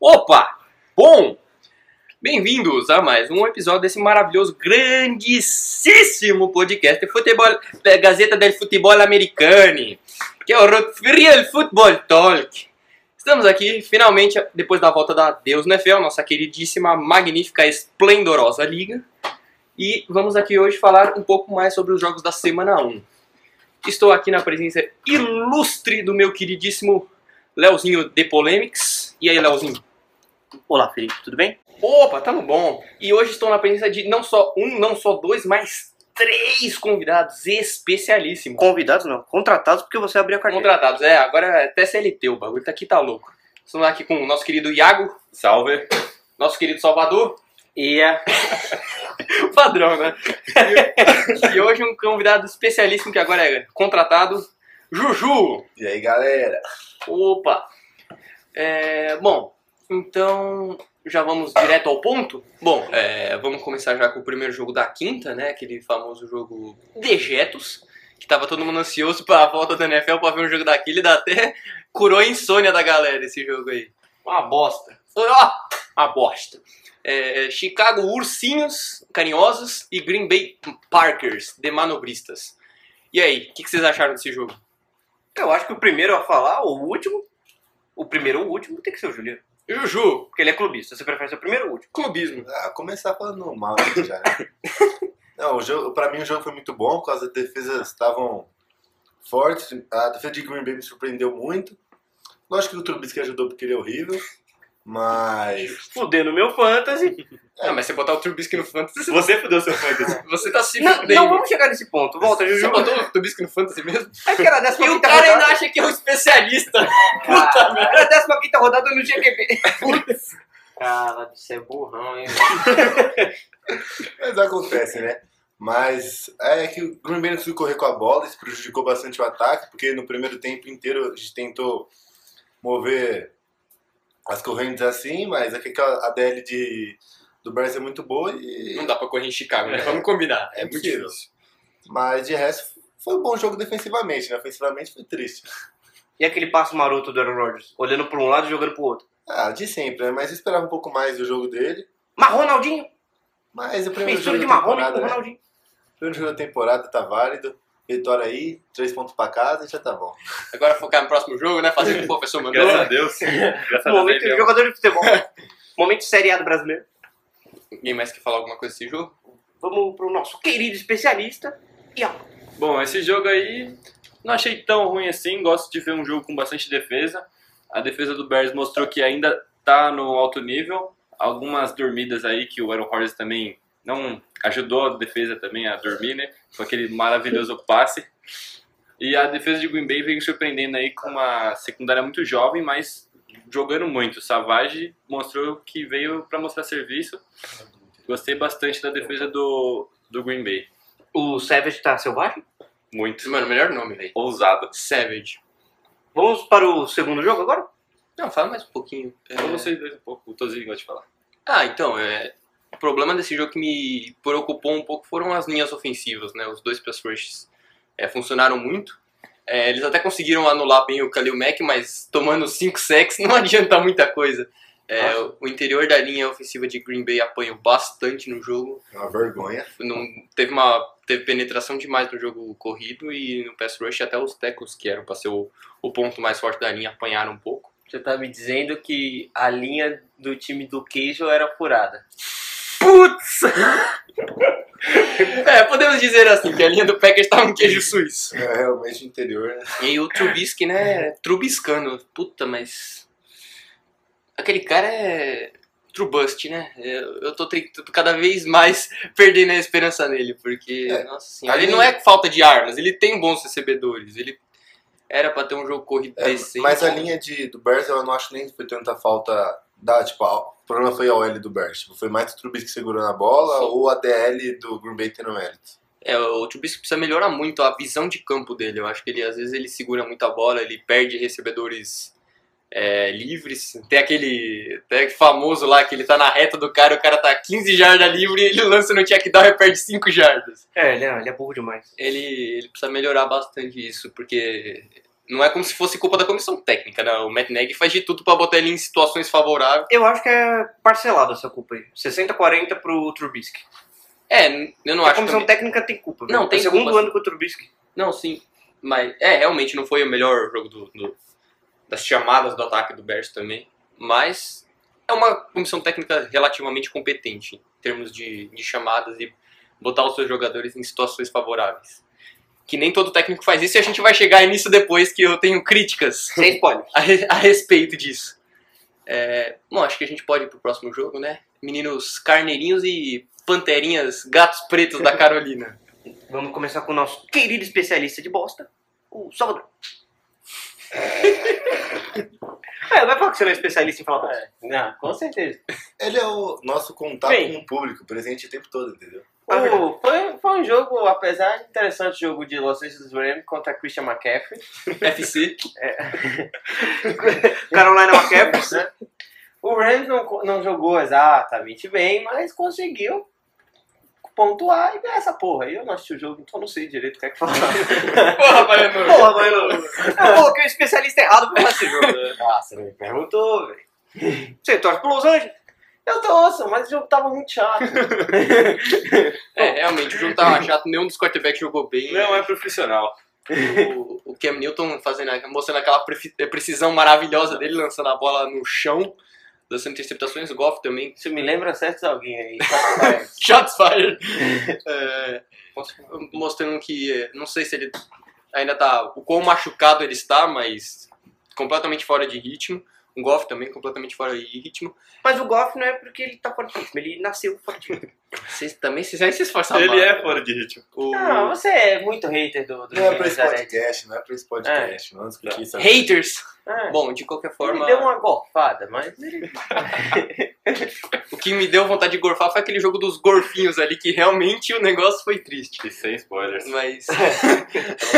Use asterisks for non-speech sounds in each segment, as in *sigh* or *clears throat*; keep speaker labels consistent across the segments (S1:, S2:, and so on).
S1: Opa! Bom! Bem-vindos a mais um episódio desse maravilhoso, grandíssimo podcast de futebol, da Gazeta del Futebol Americano, que é o Real Football Talk. Estamos aqui, finalmente, depois da volta da Deus Nefel, nossa queridíssima, magnífica, esplendorosa liga. E vamos aqui hoje falar um pouco mais sobre os jogos da semana 1. Estou aqui na presença ilustre do meu queridíssimo Leozinho de Polemics. E aí, Leozinho?
S2: Olá, Felipe, tudo bem?
S1: Opa, tamo bom. E hoje estou na presença de não só um, não só dois, mas três convidados especialíssimos.
S2: Convidados não, contratados porque você abriu a carteira.
S1: Contratados, é, agora é até CLT, o bagulho tá aqui tá louco. Estamos aqui com o nosso querido Iago. Salve. Nosso querido Salvador.
S2: E é
S1: O *laughs* padrão, né? E, e hoje um convidado especialíssimo que agora é contratado, Juju.
S3: E aí, galera?
S1: Opa. É, bom, então já vamos direto ao ponto? Bom, é, vamos começar já com o primeiro jogo da quinta, né? Aquele famoso jogo Dejetos, que tava todo mundo ansioso pra volta da NFL pra ver um jogo daquele, dá até curou a insônia da galera esse jogo aí.
S2: uma bosta.
S1: Foi, ó, uma bosta. É, é, Chicago Ursinhos Carinhosos e Green Bay Parkers, de manobristas. E aí, o que, que vocês acharam desse jogo?
S2: Eu acho que o primeiro a falar, o último, o primeiro ou o último tem que ser o Juliano,
S1: Juju,
S2: porque ele é clubista. Você prefere ser o primeiro ou o último?
S1: clubismo.
S3: Ah, começar falando mal aqui já, né? Não, o jogo, pra mim o jogo foi muito bom, por causa das defesas estavam fortes. A defesa de Green Bay me surpreendeu muito. Lógico que o Trubisky ajudou porque ele é horrível, mas...
S2: Fudendo meu fantasy.
S1: Ah, mas você botar o Trubisky no Fantasy, você-
S2: *laughs* Você fudeu seu fantasy.
S1: você tá se
S2: não, não
S1: fudendo.
S2: vamos chegar nesse ponto. Volta,
S1: Você
S2: Juju.
S1: botou o Trubisky no Fantasy mesmo?
S2: É porque era décima
S1: E o
S2: quinta
S1: cara ainda
S2: rodada.
S1: acha que é um especialista.
S2: é Puta merda. Era décima quinta rodada, eu não tinha que ver. *laughs* Cara, você é burrão, hein?
S3: Mas acontece, né? Mas é que o Green Bay não conseguiu correr com a bola, isso prejudicou bastante o ataque, porque no primeiro tempo inteiro a gente tentou mover as correntes assim, mas é que aquela a DL de, do Bears é muito boa e...
S1: Não dá pra correr em Chicago, né? Vamos combinar. É,
S3: É
S1: muito
S3: possível.
S1: difícil.
S3: Mas de resto, foi um bom jogo defensivamente, né? Ofensivamente foi triste.
S2: E aquele passo maroto do Aaron Rodgers, olhando pra um lado e jogando pro outro.
S3: Ah, de sempre, né? Mas eu esperava um pouco mais do jogo dele.
S2: Mas Ronaldinho,
S3: Mas o primeiro
S2: mistura
S3: jogo
S2: de
S3: da
S2: marrom
S3: temporada,
S2: com
S3: né?
S2: Ronaldinho.
S3: O primeiro jogo da temporada tá válido. Vitória aí, três pontos pra casa e já tá bom.
S1: Agora focar no próximo jogo, né? Fazer o que o professor mandou.
S4: Graças a Deus. Graças a Deus.
S2: Momento de
S4: ele é um-
S2: jogador de futebol. *laughs* Momento Série A do brasileiro.
S1: Ninguém mais quer falar alguma coisa desse jogo?
S2: Vamos pro nosso querido especialista. E ó,
S4: Bom, esse jogo aí não achei tão ruim assim. Gosto de ver um jogo com bastante defesa. A defesa do Bears mostrou que ainda tá no alto nível. Algumas dormidas aí que o Aaron Rodgers também não ajudou a defesa também a dormir, né? Com aquele maravilhoso passe. E a defesa de Green Bay vem surpreendendo aí com uma secundária muito jovem, mas jogando muito. Savage mostrou que veio para mostrar serviço. Gostei bastante da defesa do, do Green Bay.
S2: o Savage tá selvagem.
S4: Muito.
S1: Mano, melhor nome, velho.
S4: Ousado.
S1: Savage.
S2: Vamos para o segundo jogo agora?
S1: Não, fala mais um pouquinho. É,
S4: Eu não sei dois um pouco, o Tozinho gosta de falar.
S1: Ah, então, é... o problema desse jogo que me preocupou um pouco foram as linhas ofensivas, né? Os dois pass rushes é, funcionaram muito. É, eles até conseguiram anular bem o Khalil Mack, mas tomando 5 sacks *laughs* não adianta muita coisa. É, o interior da linha ofensiva de Green Bay apanhou bastante no jogo.
S3: É uma vergonha.
S1: Não, teve, uma, teve penetração demais no jogo corrido e no pass rush até os tackles, que eram para ser o, o ponto mais forte da linha, apanharam um pouco.
S5: Você tá me dizendo que a linha do time do queijo era furada.
S1: Putz! é, podemos dizer assim, que a linha do Packers tá um queijo suíço.
S3: *laughs* É realmente o interior, né?
S1: E o Trubisky, né, trubiscando. Puta, mas... Aquele cara é... Trubust, né? Eu eu tô, ten- tô cada vez mais *laughs* perdendo a esperança nele, porque,
S3: É,
S1: nossa senhora,
S3: ali-
S1: ele não é falta de armas, ele tem bons recebedores, ele era pra ter um jogo corrido
S3: É,
S1: decente.
S3: mas a linha de, do Bears eu não acho nem que foi tanta falta da, tipo, a- o problema foi a OL do Bears. Tipo, foi mais o Trubisky segurando a bola
S1: Sim.
S3: ou a DL do Green Bay tendo mérito.
S1: É, o Trubisky precisa melhorar muito a visão de campo dele. Eu acho que ele às vezes ele segura muito a bola, ele perde recebedores é, livres. Tem aquele tem aquele famoso lá que ele tá na reta do cara, o cara tá 15 jardas livre, ele lança no check down e perde 5 jardas.
S2: É, ele é, ele é burro demais.
S1: Ele, ele precisa melhorar bastante isso, porque não é como se fosse culpa da comissão técnica, né? O Matt Nagy faz de tudo pra botar ele em situações favoráveis.
S2: Eu acho que é parcelado essa culpa aí. 60-40 pro Trubisky.
S1: É, n- eu não
S2: a
S1: acho.
S2: comissão
S1: também-
S2: técnica tem culpa. velho.
S1: Não, tem
S2: É o segundo
S1: culpa,
S2: ano com
S5: *laughs*
S2: o Trubisky.
S1: Não, sim. Mas é, realmente não foi o melhor jogo do, do- das chamadas do ataque do Bears também. Mas é uma comissão técnica relativamente competente em termos de, de chamadas e botar os seus jogadores em situações favoráveis. Que nem todo técnico faz isso e a gente vai chegar nisso depois que eu tenho críticas
S2: Sem spoiler.
S1: a, re- a respeito disso. É, bom, acho que a gente pode ir pro próximo jogo, né? Meninos carneirinhos e panterinhas, gatos pretos da Carolina.
S2: Vamos começar com o nosso querido especialista de bosta, o
S5: *laughs*
S2: Salvador. é, vai falar que você não é especialista em falar bosta.
S6: Não, com certeza.
S3: Ele é o nosso contato
S6: Bem.
S3: com o público, presente o tempo todo, entendeu?
S5: É.
S2: Ah,
S6: O-
S2: verdade.
S6: foi, foi um jogo, apesar de interessante, jogo de Los Angeles Rams contra Christian McCaffrey.
S1: FC.
S6: *laughs*
S2: Carolina né? McCaffrey.
S6: O Rams não, co- não jogou exatamente bem, mas conseguiu pontuar e ganhar essa porra. E eu não assisti o jogo, então não sei direito o que é que falar.
S1: Porra, Baiano!
S2: *laughs* Porra, mano. Eu
S6: É
S2: coloquei o especialista errado pra esse jogo. né?
S6: Ah, um você me perguntou, velho.
S2: Você torce pro Los Angeles?
S6: Eu torço, mas o jogo tava muito chato.
S1: É, realmente, o jogo tava chato, nenhum dos quarterbacks jogou bem. né?
S4: Não é profissional.
S1: O, o Cam Newton fazendo, a- mostrando aquela prefi- eh, precisão maravilhosa dele, lançando a bola no chão, lançando interceptações, o Goff também. *laughs*
S6: Isso me lembra certos alguém aí.
S1: Shots
S4: *laughs*
S1: fired! É, mostrando que, é, não sei se ele ainda tá, o quão machucado ele está, mas completamente fora de ritmo. O Goff também completamente fora de ritmo.
S2: Mas o Goff não é porque ele tá fora de ritmo, ele nasceu fora de ritmo.
S1: Vocês também, vocês aí se esforçaram.
S4: Ele
S1: mais.
S4: é fora de ritmo.
S1: O
S6: Não, você é muito hater do, do
S3: Não é pra
S6: James
S3: esse
S2: né?
S6: Garrett.
S3: podcast, não é pra esse podcast. Vamos discutir
S4: é
S3: isso agora.
S1: Haters!
S6: Ah,
S1: Bom, de qualquer forma...
S6: Ele deu
S4: um
S6: uma gorfada, mas ele...
S1: O que me deu vontade de gorfar foi aquele jogo dos gorfinhos ali, que realmente o negócio foi triste.
S4: E sem spoilers.
S1: Mas é,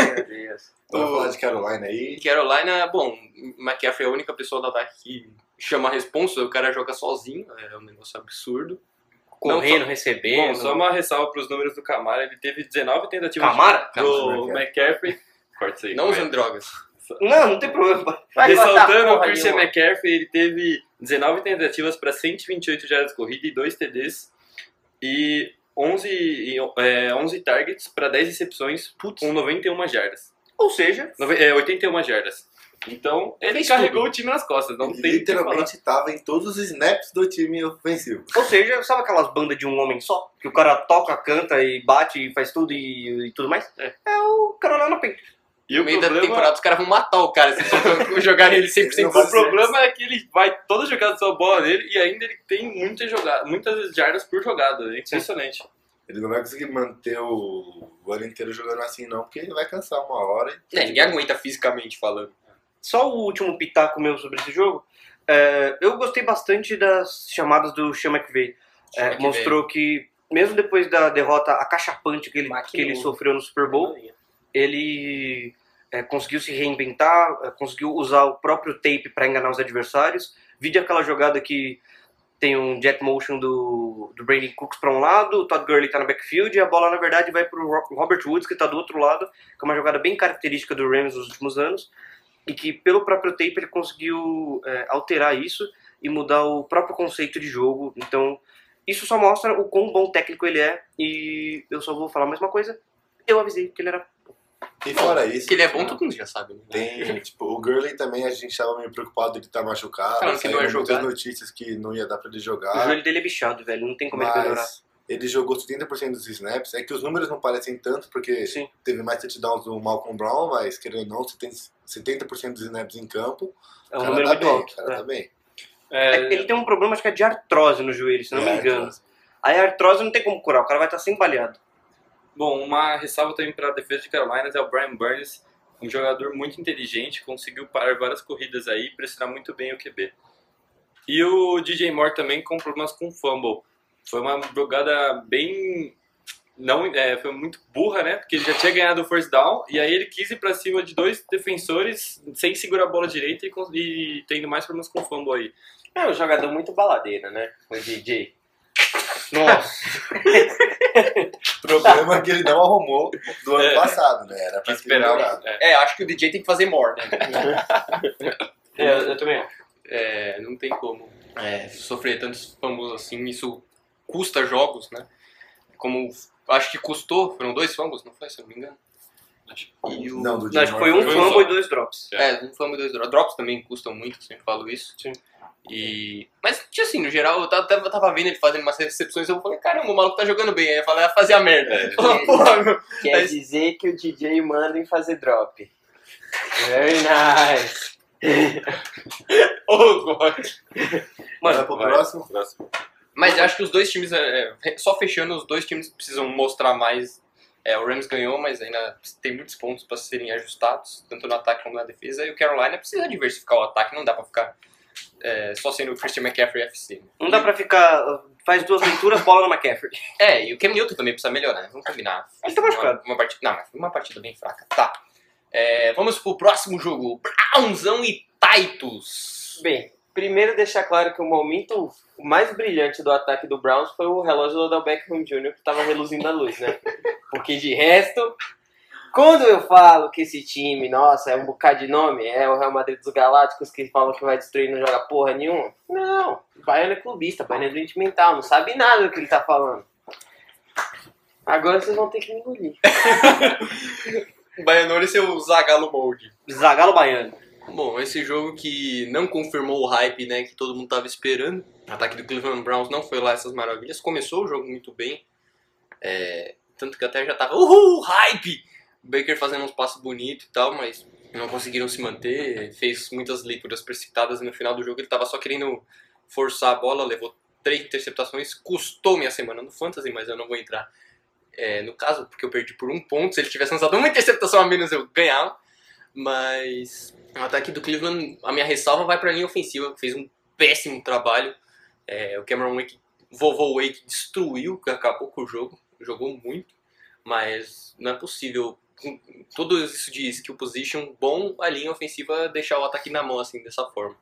S6: Oh, meu Deus.
S3: Vamos
S1: o-
S3: falar tá de Carolina aí.
S1: em Carolina, bom, McCaffrey é a única pessoa do ataque que chama a responsa, o cara joga sozinho, é um negócio absurdo.
S6: Correndo,
S4: Bom,
S6: recebendo.
S4: só uma ressalva pros números do Camara. Ele teve 19 tentativas
S2: Camara?
S4: de... do McCaffrey. Corta isso aí.
S1: Não
S4: Camara.
S1: usando drogas.
S2: Não, não tem problema. tá,
S6: Vai cortar
S4: Ressaltando, o
S6: porra
S4: Christian
S6: nenhuma.
S4: McCaffrey ele teve 19 tentativas para 128 jardas corrida e 2 TDs e 11, e, é, 11 targets para 10 recepções com 91 jardas.
S2: Ou seja,
S4: Nove- é, 81 jardas. Então, ele
S1: Fez
S4: carregou o time nas costas, não
S3: Ele
S4: tem o que falar.
S3: literalmente tava em todos os snaps do time ofensivo.
S2: ou seja, sabe aquelas bandas de um homem só? Que o cara toca, canta e bate e faz tudo e, e tudo mais? É, o Carolina Panthers.
S4: E
S1: No
S4: o
S1: meio da
S4: problema,
S1: temporada os caras vão matar o cara se
S3: *laughs*
S1: jogar- jogarem ele 100%
S3: Não
S4: o
S3: vai-
S1: pro-
S4: problema é que ele vai toda jogada sua bola nele e ainda ele tem muita jogada, muitas jardas por jogada. É impressionante.
S3: Ele não vai conseguir manter o, o ano inteiro jogando assim, não, porque ele vai cansar uma hora. E...
S1: É, ninguém aguenta fisicamente falando.
S2: Só o último pitaco meu sobre esse jogo. É, eu gostei bastante das chamadas do Chama que veio.
S1: Chama que
S2: mostrou que, mesmo depois da derrota acachapante que ele, que
S1: Maquinou.
S2: ele sofreu no Super Bowl, ele é, conseguiu se reinventar, é, conseguiu usar o próprio tape para enganar os adversários. Vide aquela jogada que tem um jet motion do, do Brandon Cooks para um lado, o Todd Gurley tá no backfield e a bola na verdade vai pro Ro- Robert Woods que tá do outro lado, que é uma jogada bem característica do Rams nos últimos anos e que pelo próprio tape ele conseguiu é, alterar isso e mudar o próprio conceito de jogo. Então isso só mostra o quão bom técnico ele é e eu só vou falar mais uma coisa. Eu avisei que ele era
S3: E fora isso, tipo,
S1: Que ele é bom, todo mundo já sabe. Né?
S3: tem, tipo, o Gurley também a gente tava meio preocupado de estar machucado.
S1: Falando que não ia
S3: saíram muitas
S1: jogar.
S3: notícias que não ia dar pra ele
S2: O
S3: jogar.
S2: joelho dele é bichado, velho. Não tem como ele melhorar.
S3: Ah. mas ele jogou 70% dos snaps. É que os números não parecem tanto, porque
S2: Sim.
S3: teve mais touchdowns do Malcolm Brown, mas querendo ou não, você tem 70% dos snaps em campo.
S2: É
S3: O
S2: um
S3: cara
S2: número
S3: tá
S2: muito
S3: bem,
S2: alto.
S3: o cara
S2: é.
S3: tá bem.
S2: É que Ele tem um problema, acho que é de artrose no joelho, se não me
S3: É,
S2: engano. Aí a artrose não tem como curar, o cara vai estar sempre baleado.
S4: Bom, uma ressalva também para a defesa de Carolina é o Brian Burns, um jogador muito inteligente, conseguiu parar várias corridas aí e pressionar muito bem o QB. E o DJ Moore também com problemas com fumble. Foi uma jogada bem. Não, é, foi muito burra, né? Porque ele já tinha ganhado o first down e aí ele quis ir pra cima de dois defensores sem segurar a bola direita e, cons- e tendo mais problemas com fumble aí.
S6: É um jogador muito baladeiro, né? O DJ.
S2: Nossa,
S3: O problema é
S2: *laughs*
S3: que ele não arrumou do ano
S4: É.
S3: passado, né? Era
S4: que
S3: pra ter
S4: esperava.
S3: melhorado.
S4: É.
S1: É, acho que o DJ tem que fazer more. né?
S2: é, eu também acho.
S1: É, não tem como é, sofrer tantos fumbles assim. Isso custa jogos, né? Como acho que custou, foram dois fumbles, não foi? Se eu não me engano. Acho que- e o-
S3: Não, do
S2: Não,
S3: Jim
S2: acho que foi um
S3: Morrison.
S4: Foi um
S2: fumble
S4: só.
S2: e dois drops.
S1: É, um fumble e dois drops. Drops também custam muito, sempre falo isso.
S2: Sim.
S1: E... Mas, tipo assim, no geral, eu tava, tava- tava vendo ele fazendo umas recepções, eu falei, caramba, o maluco tá jogando bem. Aí eu falei, ah, fazer a merda.
S4: É.
S1: Eu falei, porra, meu.
S7: Quer dizer que o DJ manda em fazer drop. Very nice.
S1: Oh, God.
S3: Vai
S2: Mano,
S3: pro
S4: vai.
S3: próximo.
S4: Próximo.
S1: Mas eu acho que os dois times, é, é, só fechando, os dois times precisam mostrar mais. É, o Rams ganhou, mas ainda tem muitos pontos para serem ajustados, tanto no ataque como na defesa. E o Carolina precisa diversificar o ataque, não dá para ficar é, só sendo o Christian McCaffrey FC. né?
S2: não dá pra ficar. uh, Faz duas leituras, bola no McCaffrey.
S1: É, e o Cam Newton também precisa melhorar, né? vamos combinar.
S2: Ele tá
S1: Uma-
S2: machucado.
S1: Uma, partida, não, mas foi uma partida bem fraca. Tá. É, vamos pro próximo jogo: Brownzão e Titus.
S7: Bem, primeiro deixar claro que o momento mais brilhante do ataque do Browns foi o relógio do Odell Beckham Jr. que tava reluzindo a luz, né? Porque de resto, quando eu falo que esse time, nossa, é um bocado de nome, é o Real Madrid dos Galácticos que falam que vai destruir e não joga porra nenhuma. Não, o Baiano é clubista, o Baiano é doente mental, não sabe nada do que ele tá falando. Agora vocês vão ter que me engolir.
S1: O Baianori seu Zagalo Mode.
S2: Zagalo baiano.
S1: Bom, esse jogo que não confirmou o hype, né, que todo mundo tava esperando. O ataque do Cleveland Browns não foi lá essas maravilhas. Começou o jogo muito bem. É, tanto que até já tava, uhul, hype! O Baker fazendo uns passos bonitos e tal, mas não conseguiram se manter. Fez muitas leituras precipitadas e no final do jogo ele tava só querendo forçar a bola, levou três interceptações, custou minha semana no Fantasy, mas eu não vou entrar é, no caso, porque eu perdi por um ponto. Se ele tivesse lançado uma interceptação a menos, eu ganhava. Mas o ataque do Cleveland, a minha ressalva vai para a linha ofensiva, que fez um péssimo trabalho. É, o Cameron Wake, vovô Wake, destruiu, acabou com o jogo, jogou muito, mas não é possível. Com tudo isso de skill position bom, a linha ofensiva deixar o ataque na mão, assim, dessa forma.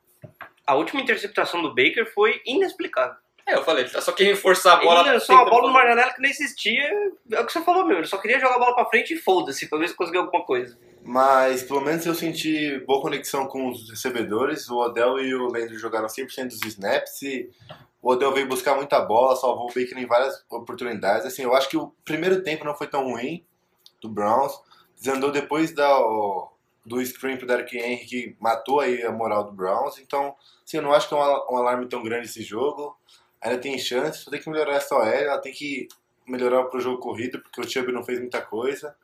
S2: A última interceptação do Baker foi inexplicável.
S1: É, eu falei, ele tá só querendo forçar a bola.
S2: ele lançou a
S1: tentando-
S2: bola numa janela que não existia. É o que você falou mesmo. Ele só queria jogar a bola pra frente e foda-se, pra ver se conseguiu alguma coisa.
S3: Mas pelo menos eu senti boa conexão com os recebedores. O Odell e o Landry jogaram 100% dos snaps. E o Odell veio buscar muita bola, salvou o Baker em várias oportunidades. Assim, eu acho que o primeiro tempo não foi tão ruim do Browns. Desandou depois da, o- do screen pro Derrick Henry, que matou aí a moral do Browns. Então, assim, eu não acho que é um, al- um alarme tão grande esse jogo. Ainda tem chance, só tem que melhorar essa OL. Ela tem que melhorar pro jogo corrido, porque o Chubb não fez muita coisa.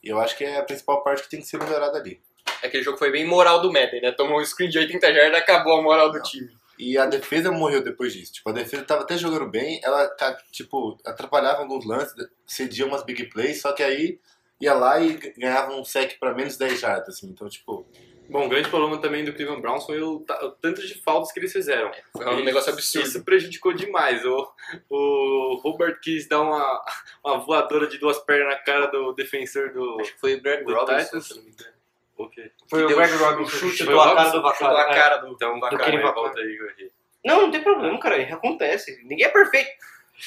S3: E eu acho que é a principal parte que tem que ser melhorada ali.
S1: Aquele jogo foi bem moral do Madden, né? Tomou um screen de 80 jardas acabou a moral do
S3: Não.
S1: time.
S3: E a defesa morreu depois disso. Tipo, a defesa tava até jogando bem, ela, tá, tipo, atrapalhava alguns lances, cedia umas big plays, só que aí ia lá e g- ganhava um sec pra menos 10 jardas, assim. Então, tipo,
S4: Bom, o grande problema também do Cleveland Browns foi o, ta- o tanto de faltas que eles fizeram.
S1: Foi um negócio absurdo.
S4: Isso prejudicou demais. O, o Robert quis dar uma, uma voadora de duas pernas na cara do defensor do.
S1: Acho que foi o Brad
S4: Do
S1: Robinson,
S4: Titans?
S1: se eu não me engano.
S4: Ok.
S7: Foi
S1: Que
S7: o
S1: deu
S7: Greg
S1: um
S7: Robinson
S4: chute
S7: chute
S4: do
S7: do a cara do
S4: Acaro
S1: Chutou a
S7: Vacaro. é.
S1: cara do
S4: Então,
S7: Kenny
S4: Vacari,
S7: Vaccaro.
S4: volta aí, Gorri.
S2: Não, não tem problema, cara. Acontece. Ninguém é perfeito.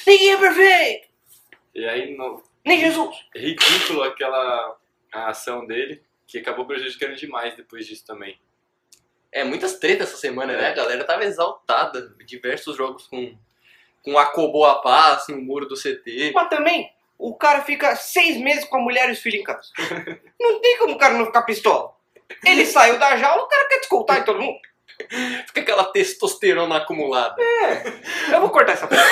S2: Ninguém é perfeito.
S4: E aí, no,
S2: Nem Jesus.
S4: ridículo aquela a ação dele, que acabou prejudicando demais depois disso também.
S1: É, muitas tretas essa semana, né? A galera tava exaltada. Diversos jogos com, com Acobou a Paz no muro do CT.
S2: Mas também, o cara fica seis meses com a mulher e os filhos
S1: *laughs*
S2: em casa. Não tem como o cara não ficar pistola. Ele saiu da jaula, o cara quer descontar em todo mundo.
S1: Fica aquela testosterona acumulada. *laughs*
S2: Eu vou cortar essa parte.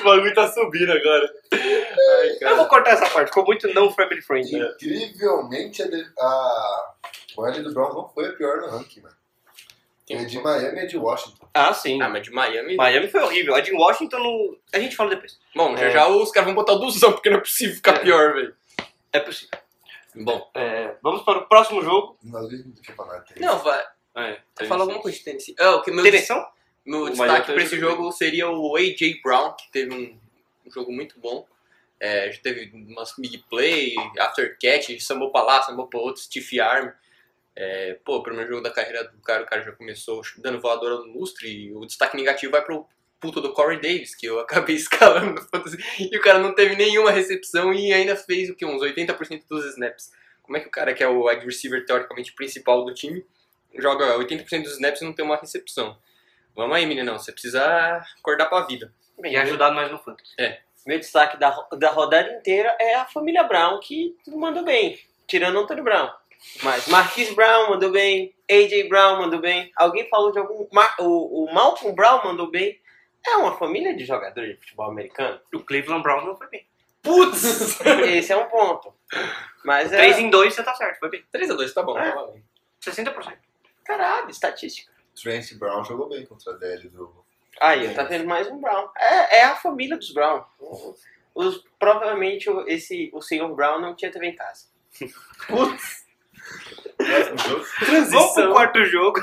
S4: O bagulho tá subindo agora. Ai,
S2: Eu
S4: cara.
S2: vou cortar essa parte. Ficou muito não family friendly.
S8: Incrivelmente, a, de- a OL do Browns não foi a pior no ranking, mano.
S1: Quem
S8: é de Miami e é de Washington.
S2: Ah, sim.
S1: Ah, mas de Miami.
S2: Miami foi horrível. A de Washington, no... a gente fala depois.
S1: Bom, já
S2: É.
S1: já os caras vão botar o Duzão, porque não é possível ficar pior, velho.
S2: É possível.
S1: Bom.
S2: É, vamos para o próximo jogo.
S8: Nós vimos do que falar até.
S1: Não, vai.
S4: É, tem
S1: Fala alguma
S4: isso.
S1: coisa de Tennessee. Ah, o que meu, des-
S2: Direção?
S1: meu
S4: O Miami
S1: destaque
S4: tá
S1: pra esse
S4: jogando
S1: jogo seria o A.J. Brown, que teve um, um jogo muito bom. É, já teve umas big play, after catch, sambou pra lá, sambou pra outro, stiff arm. É, pô, primeiro jogo da carreira do cara, o cara já começou dando voadora no lustre e o destaque negativo vai pro puto do Corey Davis, que eu *laughs* acabei escalando no fantasy, e o cara não teve nenhuma recepção e ainda fez o que? Uns 80% dos snaps. Como é que o cara, que é o wide receiver teoricamente principal do time, joga 80% dos snaps e não tem uma recepção? Vamos aí, meninão, você precisa acordar pra vida.
S9: E ajudado mais no fantasy.
S2: Meu destaque da, ro- da rodada inteira é a família Brown, que mandou bem, tirando Antônio Brown. Mas Marquis Brown mandou bem, AJ Brown mandou bem, alguém falou de algum. Mar- o, o Malcolm Brown mandou bem. É uma família de jogadores de futebol americano.
S9: O Cleveland Browns não foi bem. *laughs*
S1: Putz!
S2: Esse é um ponto. Mas é.
S9: 3 em 2 você tá certo, foi bem.
S1: 3x2, tá bom.
S9: É.
S1: tá bom.
S9: 60%.
S2: Caralho, estatística.
S3: Trent Brown jogou bem contra a DL do.
S2: Aí, tá tendo mais um Brown. É, é a família dos Brown. Os, provavelmente o- esse, o senhor Brown não tinha TV em
S9: *laughs*
S2: casa.
S3: Próximo jogo.
S9: Vamos pro quarto
S2: *laughs*
S9: jogo.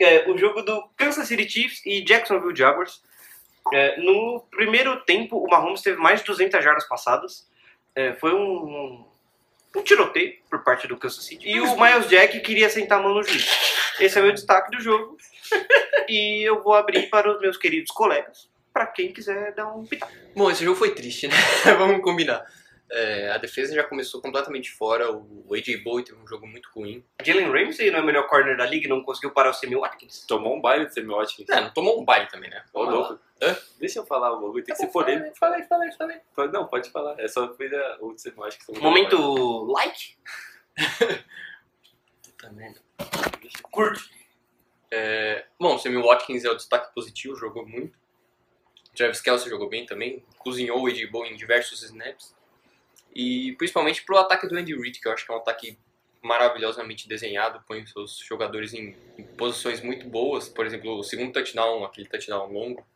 S9: É, o jogo do Kansas City Chiefs e Jacksonville Jaguars. É, no primeiro tempo, o Mahomes teve mais de 200 jardas passadas. É, foi um, um tiroteio por parte do Kansas City. E o Miles Jack queria sentar a mão no juiz. Esse é o meu destaque do jogo. E eu vou abrir para os meus queridos colegas, para quem quiser dar um pitaco.
S1: Bom, esse jogo foi triste, né? *laughs* Vamos combinar. É, a defesa já começou completamente fora. O AJ Bowie teve um jogo muito ruim.
S9: Jalen Ramsey não é o melhor corner da liga, não conseguiu parar o Sammy Watkins.
S4: Tomou um baile de semiótica.
S1: É, não tomou um baile também, né?
S4: Ô, louco.
S1: Hã?
S4: Deixa eu falar o bagulho, tem que ser polêmico.
S1: falei, falei, falei, falei.
S4: Pode- Não, pode falar. É só coisa ou de semiótica. são-
S9: Momento like.
S1: É, bom, o Sammy Watkins é o destaque positivo, jogou muito. Travis Kelce jogou bem também, cozinhou o AJ Bowie em diversos snaps. E principalmente pro ataque do Andy Reid, que eu acho que é um ataque maravilhosamente desenhado, põe os seus jogadores em, em posições muito boas. Por exemplo, o segundo touchdown, aquele touchdown longo,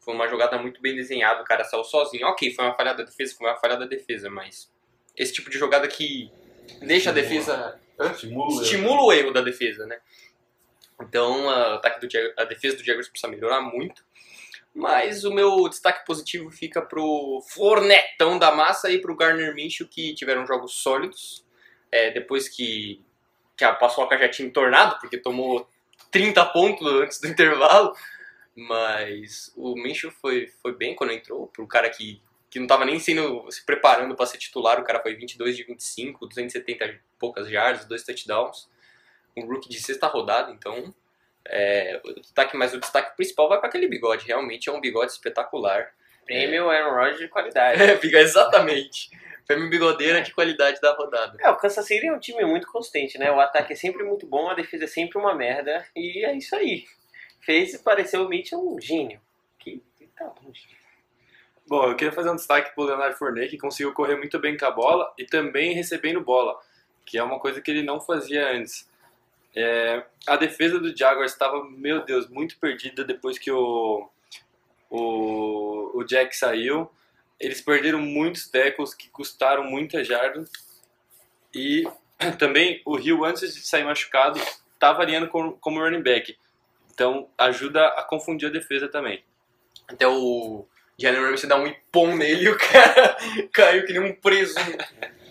S1: foi uma jogada muito bem desenhada, o cara saiu sozinho. Ok, foi uma falha da defesa, foi uma falha da defesa, mas esse tipo de jogada que deixa a
S3: Estimula.
S1: defesa
S3: Estimula.
S1: estimula o erro da defesa, né? Então, a, ataque do Jag- a defesa do Jaguars precisa melhorar muito. Mas o meu destaque positivo fica pro Fornetão da Massa e pro Garner Minshew, que tiveram jogos sólidos. É, depois que, que a Paçoca já tinha entornado, porque tomou 30 pontos antes do *laughs* intervalo. Mas o Minshew foi, foi bem quando entrou, pro cara que, que não tava nem sendo, se preparando para ser titular. O cara foi 22 de 25, 270 e poucas yards, dois touchdowns. Um rookie de sexta rodada, então... É, o destaque, mas o destaque principal vai para aquele bigode. Realmente é um bigode espetacular. *laughs*
S2: Prêmio Aaron Rodgers de qualidade.
S1: É, fica exatamente. Foi minha bigodeira de qualidade da rodada.
S2: É, o Kansas City é um time muito consistente, né? O ataque é sempre muito bom, a defesa é sempre uma merda. E é isso aí. Fez parecer o Mitch um gênio. Que que tá longe.
S4: Bom, eu queria fazer um destaque pro Leonardo Fournet, que conseguiu correr muito bem com a bola e também recebendo bola, que é uma coisa que ele não fazia antes. É, a defesa do Jaguars estava, meu Deus, muito perdida depois que o, o, o Jack saiu. Eles perderam muitos tackles que custaram muita jarda. E *clears throat* também o Rio, antes de sair machucado, estava alinhando como, como running back. Então ajuda a confundir a defesa também.
S1: Até o Jalen Ramsey dá um ipom nele e o cara *laughs* caiu que nem um preso.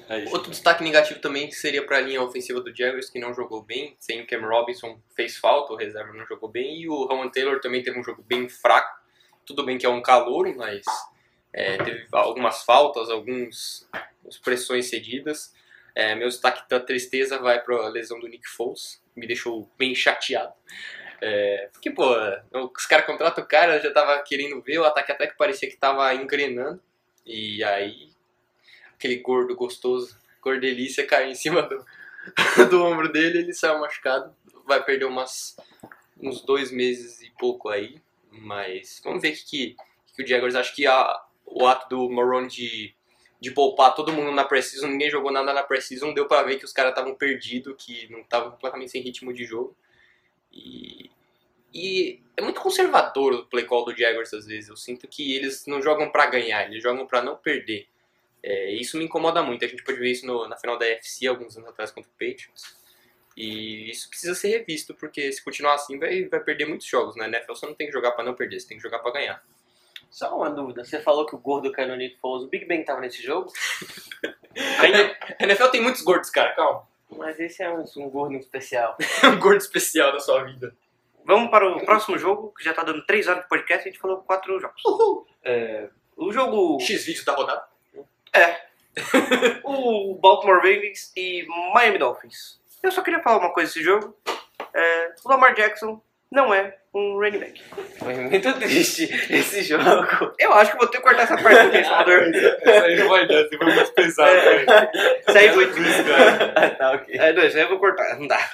S4: É isso.
S1: Outro destaque negativo também que seria para a linha ofensiva do Jaguars, que não jogou bem. Sem o Cam Robinson fez falta, o reserva não jogou bem. E o Roman Taylor também teve um jogo bem fraco. Tudo bem que é um calouro, mas é, teve algumas faltas, algumas pressões cedidas. É, meu destaque da tristeza vai para a lesão do Nick Foles. Me deixou bem chateado. É, porque, pô, os caras contratam o cara, eu já tava querendo ver, o ataque até que parecia que tava engrenando. E aí, aquele gordo gostoso, gordelícia, caiu em cima do, do *laughs* ombro dele, ele saiu machucado. Vai perder umas, uns dois meses e pouco aí. Mas vamos ver o que, que, que o Jaguars acho que a, o ato do Morone de, de poupar todo mundo na Precision, ninguém jogou nada na Precision, deu pra ver que os caras estavam perdidos, que não estavam completamente sem ritmo de jogo. E, e é muito conservador o play call do Jaguars às vezes. Eu sinto que eles não jogam pra ganhar, eles jogam pra não perder. É, isso me incomoda muito. A gente pode ver isso no- na final da UFC alguns anos atrás contra o Patriots. E isso precisa ser revisto, porque se continuar assim vai, vai perder muitos jogos, né? NFL você não tem que jogar pra não perder, você tem que jogar pra ganhar.
S2: Só uma dúvida. Você falou que o gordo caiu no Nick Foles. O Big Ben tava nesse jogo?
S1: A NFL tem muitos gordos, cara, calma. *laughs*
S2: Mas esse é um, um gordo especial.
S1: um gordo especial da sua vida.
S9: Vamos para o próximo jogo, que já tá dando 3 horas de podcast, a gente falou 4 jogos. É, o jogo.
S1: X vídeos da rodada.
S9: O Baltimore Ravens e Miami Dolphins. Eu só queria falar uma coisa desse jogo. É, o Lamar Jackson não é um running back.
S2: Foi muito *laughs* triste esse jogo.
S9: Eu acho que vou ter que cortar essa parte também, Salvador.
S4: Essa aí vai dar, você foi muito pesado.
S9: É.
S4: velho.
S9: Isso aí foi difícil.
S2: Ah, *laughs* tá, ok.
S9: É, não, isso aí eu vou cortar, não dá.
S2: *laughs*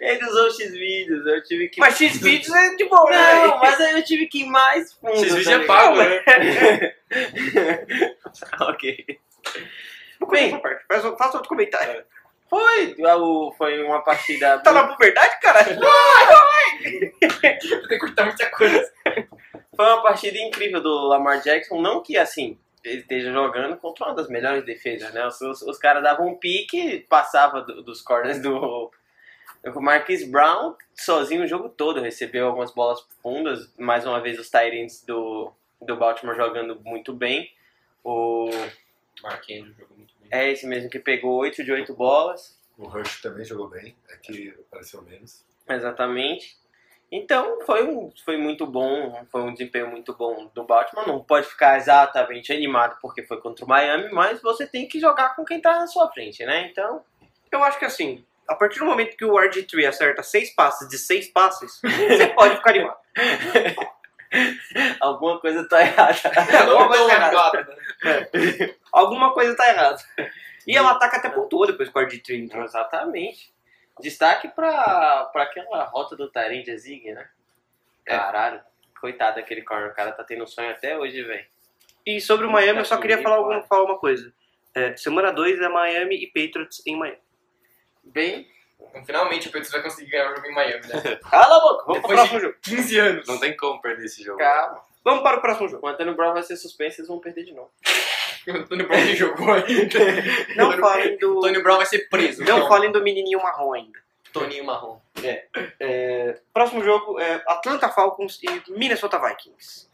S2: Ele usou X-Vídeos, eu tive que...
S9: Mas X-Videos é de boa, né?
S2: Não, mas aí eu tive que ir mais fundo.
S1: X vídeos
S2: tá
S1: é pago, né?
S2: ligado? *laughs* ok.
S9: Vou cortar essa parte. Faz, faça outro comentário.
S2: Foi, o- foi uma partida...
S9: Tá na puberdade, caralho?
S1: Tem que cortar muita coisa.
S2: Foi uma partida incrível do Lamar Jackson, não que assim ele esteja jogando contra uma das melhores defesas, né? Os, os- os caras davam um pique, passava do- dos corners do o Marquis Brown sozinho o jogo todo, recebeu algumas bolas fundas, mais uma vez os Tyrants do, do Baltimore jogando muito bem. O
S1: Marquinhos jogou muito bem.
S2: é esse mesmo que pegou 8 de 8 bolas,
S3: O Rush também jogou bem, é que pareceu menos.
S2: exatamente. Então foi, um, foi muito bom, foi um desempenho muito bom do Baltimore. Não pode ficar exatamente animado porque foi contra o Miami, mas você tem que jogar com quem tá na sua frente, né? Então,
S9: Eu acho que assim, a partir do momento que o RG3 acerta 6 passes de 6 passes, você pode ficar animado.
S2: alguma coisa tá errada. *laughs*
S9: Alguma
S1: Não,
S9: coisa tá errada.
S1: agora, né?
S9: Alguma coisa tá errada. E ela ataca até pontuou depois com o RG3. então.
S2: exatamente. Destaque pra, pra aquela rota do Tarente Zig, né?
S9: É.
S2: Caralho. Coitado daquele corner, o cara tá tendo sonho até hoje, velho.
S9: E sobre o Miami, eu só queria falar, alguma, falar uma coisa. É, semana 2 é Miami e Patriots em Miami.
S1: Bem, Então, finalmente o Pedro vai conseguir ganhar o jogo em Miami, né?
S2: Cala a boca, vamos pro
S1: Depois
S2: próximo
S1: de
S2: jogo.
S1: 15 anos.
S4: Não tem como perder esse jogo.
S2: Calma.
S9: Vamos para o próximo jogo.
S2: O Antônio Brown vai ser suspenso, eles vão perder de novo.
S1: O Antônio Brown *laughs* nem jogou ainda.
S9: Não
S1: Antônio-
S9: falem do.
S1: Antônio Brown vai ser preso. então.
S9: Não falem do menininho marrom ainda.
S1: Toninho Marrom.
S9: Próximo jogo é Atlanta Falcons e Minnesota Vikings.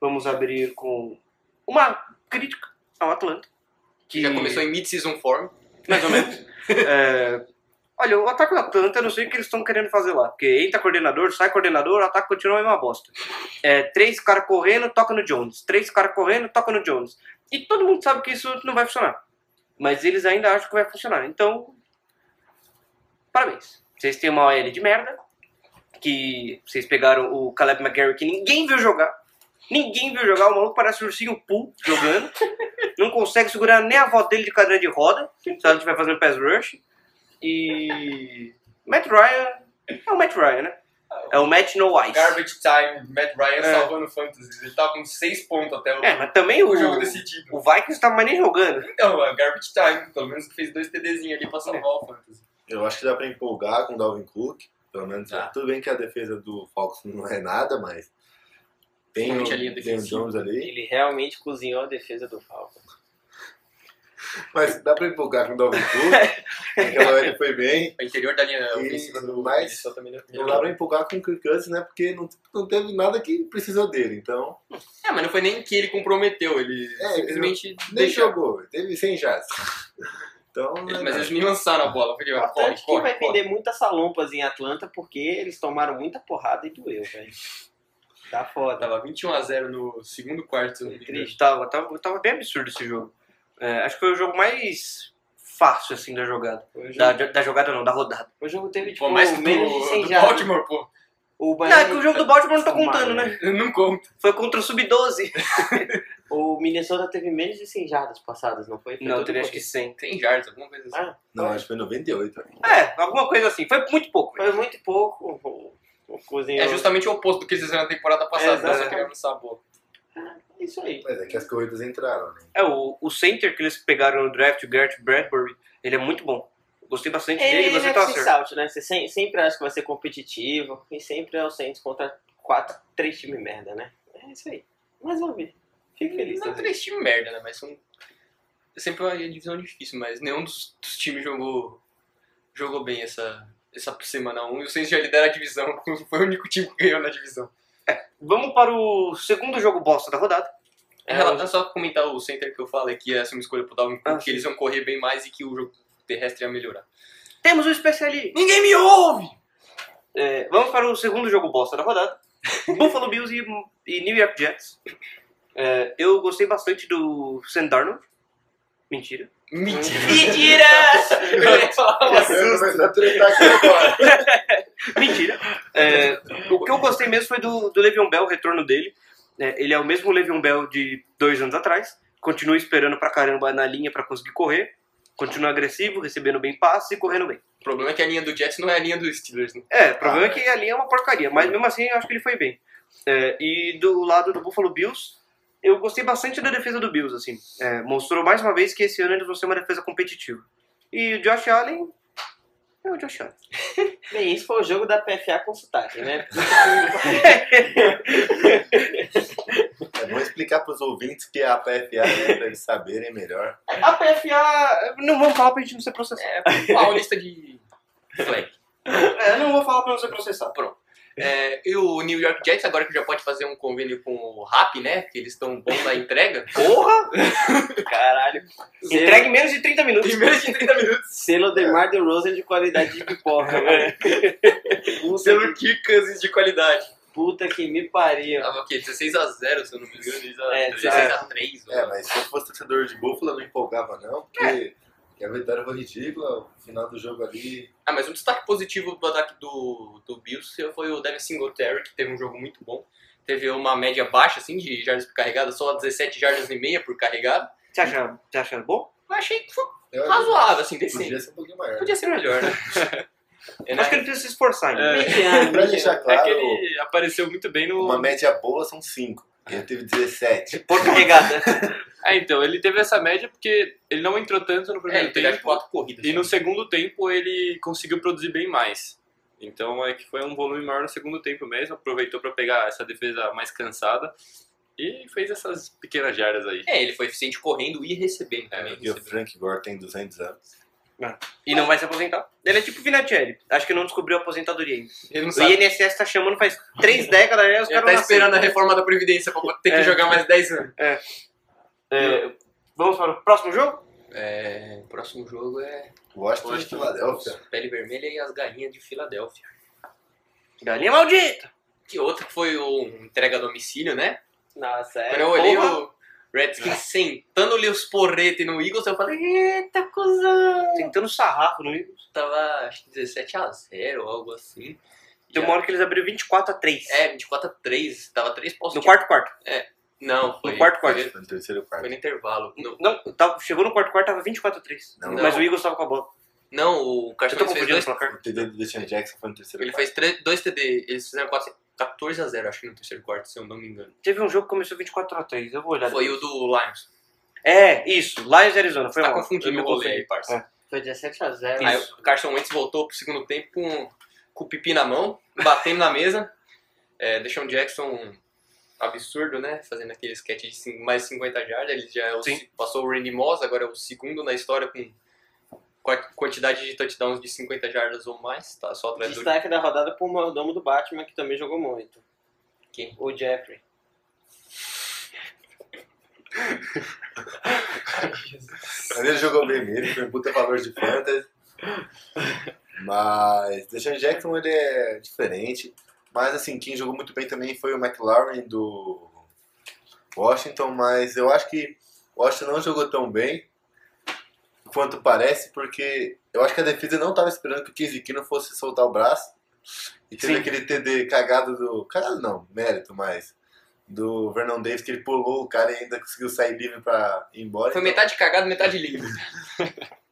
S9: Vamos abrir com uma crítica ao Atlanta.
S1: Que já começou em mid-season form.
S9: Mais ou menos. *laughs* É, Olha, o ataque do Atlanta, eu não sei o que eles estão querendo fazer lá. Porque entra coordenador, sai coordenador, o ataque continua a mesma bosta. É, três caras correndo, toca no Jones. Três caras correndo, toca no Jones. E todo mundo sabe que isso não vai funcionar. Mas eles ainda acham que vai funcionar. Então, parabéns. Vocês têm uma OL de merda. Que vocês pegaram o Caleb McGarry, que ninguém viu jogar. Ninguém viu jogar. O maluco parece um ursinho pool jogando. não consegue segurar nem a avó dele de cadeira de roda. Se ela estiver fazendo pass rush. E. Matt Ryan. É o Matt Ryan, né? É o Matt No Ice.
S1: Garbage time, Matt Ryan
S9: É.
S1: salvando fantasy. Ele tava com 6 pontos até o,
S9: É, mas também o,
S1: o jogo decidido.
S9: o Vikings tava mais nem jogando.
S1: Então, é garbage time. Pelo menos fez dois TDzinhos ali pra salvar o fantasy.
S3: Eu acho que dá pra empolgar com o Dalvin Cook, pelo menos.
S1: Tá.
S3: Tudo bem que a defesa do Falcons não é nada, mas tem o,
S1: Principalmente a linha
S3: tem o
S1: defensiva.
S3: Jones ali.
S2: Ele realmente cozinhou a defesa do Falcon.
S3: Mas dá pra empolgar com o Dalvin Cook, *laughs* aquela ele foi bem.
S1: O interior da linha
S3: E-
S1: ofensiva do
S3: mas-
S1: Minnesota é melhor-
S3: Não dá pra empolgar com o Kirk Cousins, né? Porque não, não teve nada que precisou dele, então...
S1: É, mas não foi nem que ele comprometeu. Ele
S3: É,
S1: simplesmente
S3: Nem
S1: deixou.
S3: jogou, teve 100 *laughs* jardas. Então,
S1: Ele-
S3: né,
S1: Mas eles nem lançaram a bola. Falei, ó, corre,
S2: Importante que
S1: corre,
S2: vai
S1: corre.
S2: vender muitas salompas em Atlanta porque eles tomaram muita porrada e doeu, velho. Tá foda.
S1: Tava 21x0 no segundo quarto. se eu não me engano.
S9: Triste, tava, tava, tava bem absurdo esse jogo. É, acho que foi o jogo mais fácil, assim, da jogada.
S2: O
S9: Da,
S2: jogo,
S9: da jogada não, da rodada.
S2: o jogo teve tipo
S1: Pô, mais que
S2: menos de
S1: do,
S2: 100
S1: do
S2: jardas.
S1: Baltimore, pô.
S2: O
S9: Não,
S2: Miami-
S9: é que o jogo do Baltimore eu não tô contando,
S2: Tomara,
S9: né?
S1: Não conta.
S9: Foi contra o Sub-12.
S2: O Minnesota teve menos de 100 jardas passadas, não foi? Foi
S9: *laughs* Não,
S2: tudo
S9: teria acho que
S2: corrido.
S9: 100.
S1: Tem jardas, alguma coisa assim.
S2: Ah.
S3: Não, acho que foi 98. né?
S9: É, alguma coisa assim. Foi muito pouco.
S2: Foi muito pouco. o- O cozinho.
S1: É justamente o oposto do que eles fizeram na temporada passada.
S2: Exato.
S1: né? Só que lançar a bola.
S2: Isso aí.
S3: Mas é que as corridas entraram, né?
S9: É, o, o center que eles pegaram no draft, o Garrett Bradbury, ele é muito bom. Gostei bastante
S2: Ele,
S9: dele,
S2: ele
S9: você
S2: é
S9: tá
S2: tá
S9: certo.
S2: out, né? Você sem- sempre acha que vai ser competitivo. E sempre é o Saints contra quatro, três times merda, né? É isso aí. Mais uma vez. Fico
S9: Hum,
S2: feliz.
S1: Não,
S2: também.
S1: três times merda, né? Mas são... é Sempre uma divisão difícil, mas nenhum dos, dos times jogou, jogou bem essa, essa semana 1. E o Saints já lidera a divisão. *laughs* Foi o único time que ganhou na divisão.
S9: Vamos para o segundo jogo bosta da rodada.
S1: Em relação, só comentar o center que eu falei que essa é uma escolha pro Dalvin Cook,
S9: Ah,
S1: que eles vão correr bem mais e que o jogo terrestre ia melhorar.
S9: Temos um especialista.
S1: Ninguém me ouve!
S9: É, vamos para o segundo jogo bosta da rodada. Buffalo Bills e, e New York Jets. É, eu gostei bastante do Sam Darnold. Mentira.
S1: Mentira! Eu ia falar uma
S3: Eu vou começar a tretar aqui *laughs* agora.
S9: Mentira. É, o que eu gostei mesmo foi do, do Le'Veon Bell, o retorno dele. É, ele é o mesmo Le'Veon Bell de dois anos atrás. Continua esperando pra caramba na linha pra conseguir correr. Continua agressivo, recebendo bem passe e correndo bem.
S1: O problema é que a linha do Jets não é a linha dos Steelers, *laughs* né?
S9: É, o problema é que a linha é uma porcaria, mas mesmo assim eu acho que ele foi bem. É, e do lado do Buffalo Bills, eu gostei bastante da defesa do Bills, assim. É, mostrou mais uma vez que esse ano eles vão ser uma defesa competitiva. E o Josh Allen é o Josh Allen.
S2: Bem, isso foi o jogo da PFA com sotaque, né?
S3: É bom explicar pros ouvintes que é a PFA, né, pra eles saberem melhor.
S9: A PFA, não vamos falar pra gente não ser processado.
S1: Paulista de flag.
S9: É, não vou falar pra não ser processado.
S1: Pronto. É, e o New York Jets, agora que já pode fazer um convênio com o Rap, né? Que eles estão bons na entrega. *laughs*
S9: Porra! Caralho. Entregue menos de 30 minutos.
S1: Em menos de 30 minutos.
S2: Selo Demar de Rosen de qualidade de pipoca, velho. Puta,
S1: Selo
S2: que-
S1: Kikas de qualidade.
S2: puta que me pariu.
S1: Tava o quê? 16x0, se eu não me engano. 16x3.
S2: É,
S1: 16
S3: É, mas se eu fosse torcedor de Buffalo, eu não empolgava, não,
S1: É.
S3: porque porque a vitória foi ridícula, o final do jogo ali.
S1: Ah, mas um destaque positivo do ataque do, do Bills foi o Devin Singletary, que teve um jogo muito bom. Teve uma média baixa, assim, de jardas por carregada, só 17 jardas e meia por carregada.
S9: Você acha, você acha bom?
S1: Eu achei que foi
S3: Eu
S1: razoável, assim, decente.
S3: podia ser um pouquinho maior.
S1: Podia ser melhor, *laughs* né? É, né?
S9: Acho que ele precisa se esforçar ainda.
S4: É.
S2: Mediano,
S3: Pra
S2: mediano.
S3: deixar
S4: É
S3: claro,
S4: que ele apareceu muito bem no.
S3: uma média boa são 5. Ele teve 17.
S9: Por carregada.
S4: É, então, ele teve essa média porque ele não entrou tanto no
S1: É,
S4: primeiro
S1: ele teve acho que
S4: tempo.
S1: quatro corridas.
S4: E no segundo tempo ele conseguiu produzir bem mais. Então é que foi um volume maior no segundo tempo mesmo. Aproveitou pra pegar essa defesa mais cansada e fez essas pequenas jardas aí.
S1: É, ele foi eficiente correndo e recebendo também.
S3: E o Frank Gore tem 200 anos.
S9: E não vai se aposentar. Ele é tipo Vinatieri. Acho que não descobriu a aposentadoria ainda.
S1: Ele não
S9: O INSS tá chamando faz
S1: *laughs*
S9: três décadas, né? Os
S1: Ele
S9: caras
S1: tá
S9: não
S1: esperando a
S9: aceitam.
S1: reforma da Previdência pra ter que
S9: É.
S1: jogar mais 10 anos.
S9: É, vamos para o próximo jogo?
S1: É, o próximo jogo é
S3: Washington, Washington. de
S1: Washington.
S3: Filadélfia.
S1: Pele Vermelha e as Galinhas de Filadélfia.
S9: Galinha maldita!
S1: Que outro que foi o entrega a domicílio, né?
S2: Nossa, é.
S1: Quando eu olhei
S2: porra.
S1: o
S9: É.
S1: Redskins sentando ali os porretos no Eagles, eu falei, eita, cuzão!
S9: Tentando sarrafo no Eagles.
S1: Tava, acho que 17 a 0 ou algo assim.
S9: Tem uma hora que eles abriram 24 a 3.
S1: É, 24 a 3, tava 3 postos.
S9: No quarto quarto.
S1: Não, foi.
S9: No quarto quarto.
S1: Foi,
S3: Foi no terceiro quarto.
S1: foi no intervalo. No-
S9: Não, tava- chegou no quarto quarto, tava 24 a 3.
S3: Não.
S9: Mas o Eagles tava com a bola.
S1: não, o
S9: Eu tô
S1: Carson fez
S9: confundindo o
S1: dois
S9: placar.
S3: O TD do Deshaun Jackson foi no terceiro
S1: Ele
S3: quarto.
S1: fez 2 TD, eles fizeram quatro- 14 a 0 acho que no terceiro quarto, se eu não me engano.
S9: Teve um jogo que começou 24 a 3, eu vou olhar.
S1: Foi o
S9: depois.
S1: do Lions.
S9: É, isso, Lions Arizona, foi
S1: Tá
S9: mal. Eu
S1: confundindo
S9: me
S1: o rolê
S9: confundi. É.
S1: aí, parça.
S2: Foi 17 a 0
S1: Aí o Carson Wentz voltou pro segundo tempo com, com o pipi na mão, batendo na mesa. É, deixou um Jackson absurdo, né? Fazendo aquele sketch de cin- mais 50 jardas. Ele já é o
S9: Sim.
S1: se- passou o Randy Moss, agora é o segundo na história com qua- quantidade de touchdowns de 50 jardas ou mais. Tá só
S9: Né,
S1: atrás do...
S2: Destaque da rodada pro mordomo do Batman, que também jogou muito.
S1: Quem?
S2: O Jeffrey.
S3: Mas ele jogou bem mesmo, foi um puta valor de fantasy. Mas Deshaun Jackson ele é diferente. Mas assim, quem jogou muito bem também foi o McLaren do Washington, mas eu acho que o Washington não jogou tão bem quanto parece, porque eu acho que a defesa não estava esperando que o Casey Kino fosse soltar o braço. E teve
S9: Sim.
S3: aquele TD cagado do. Cagado não, mérito, mas. Do Vernon Davis, que ele pulou o cara e ainda conseguiu sair livre pra ir embora.
S1: Foi
S3: Então-
S1: metade cagado, metade livre.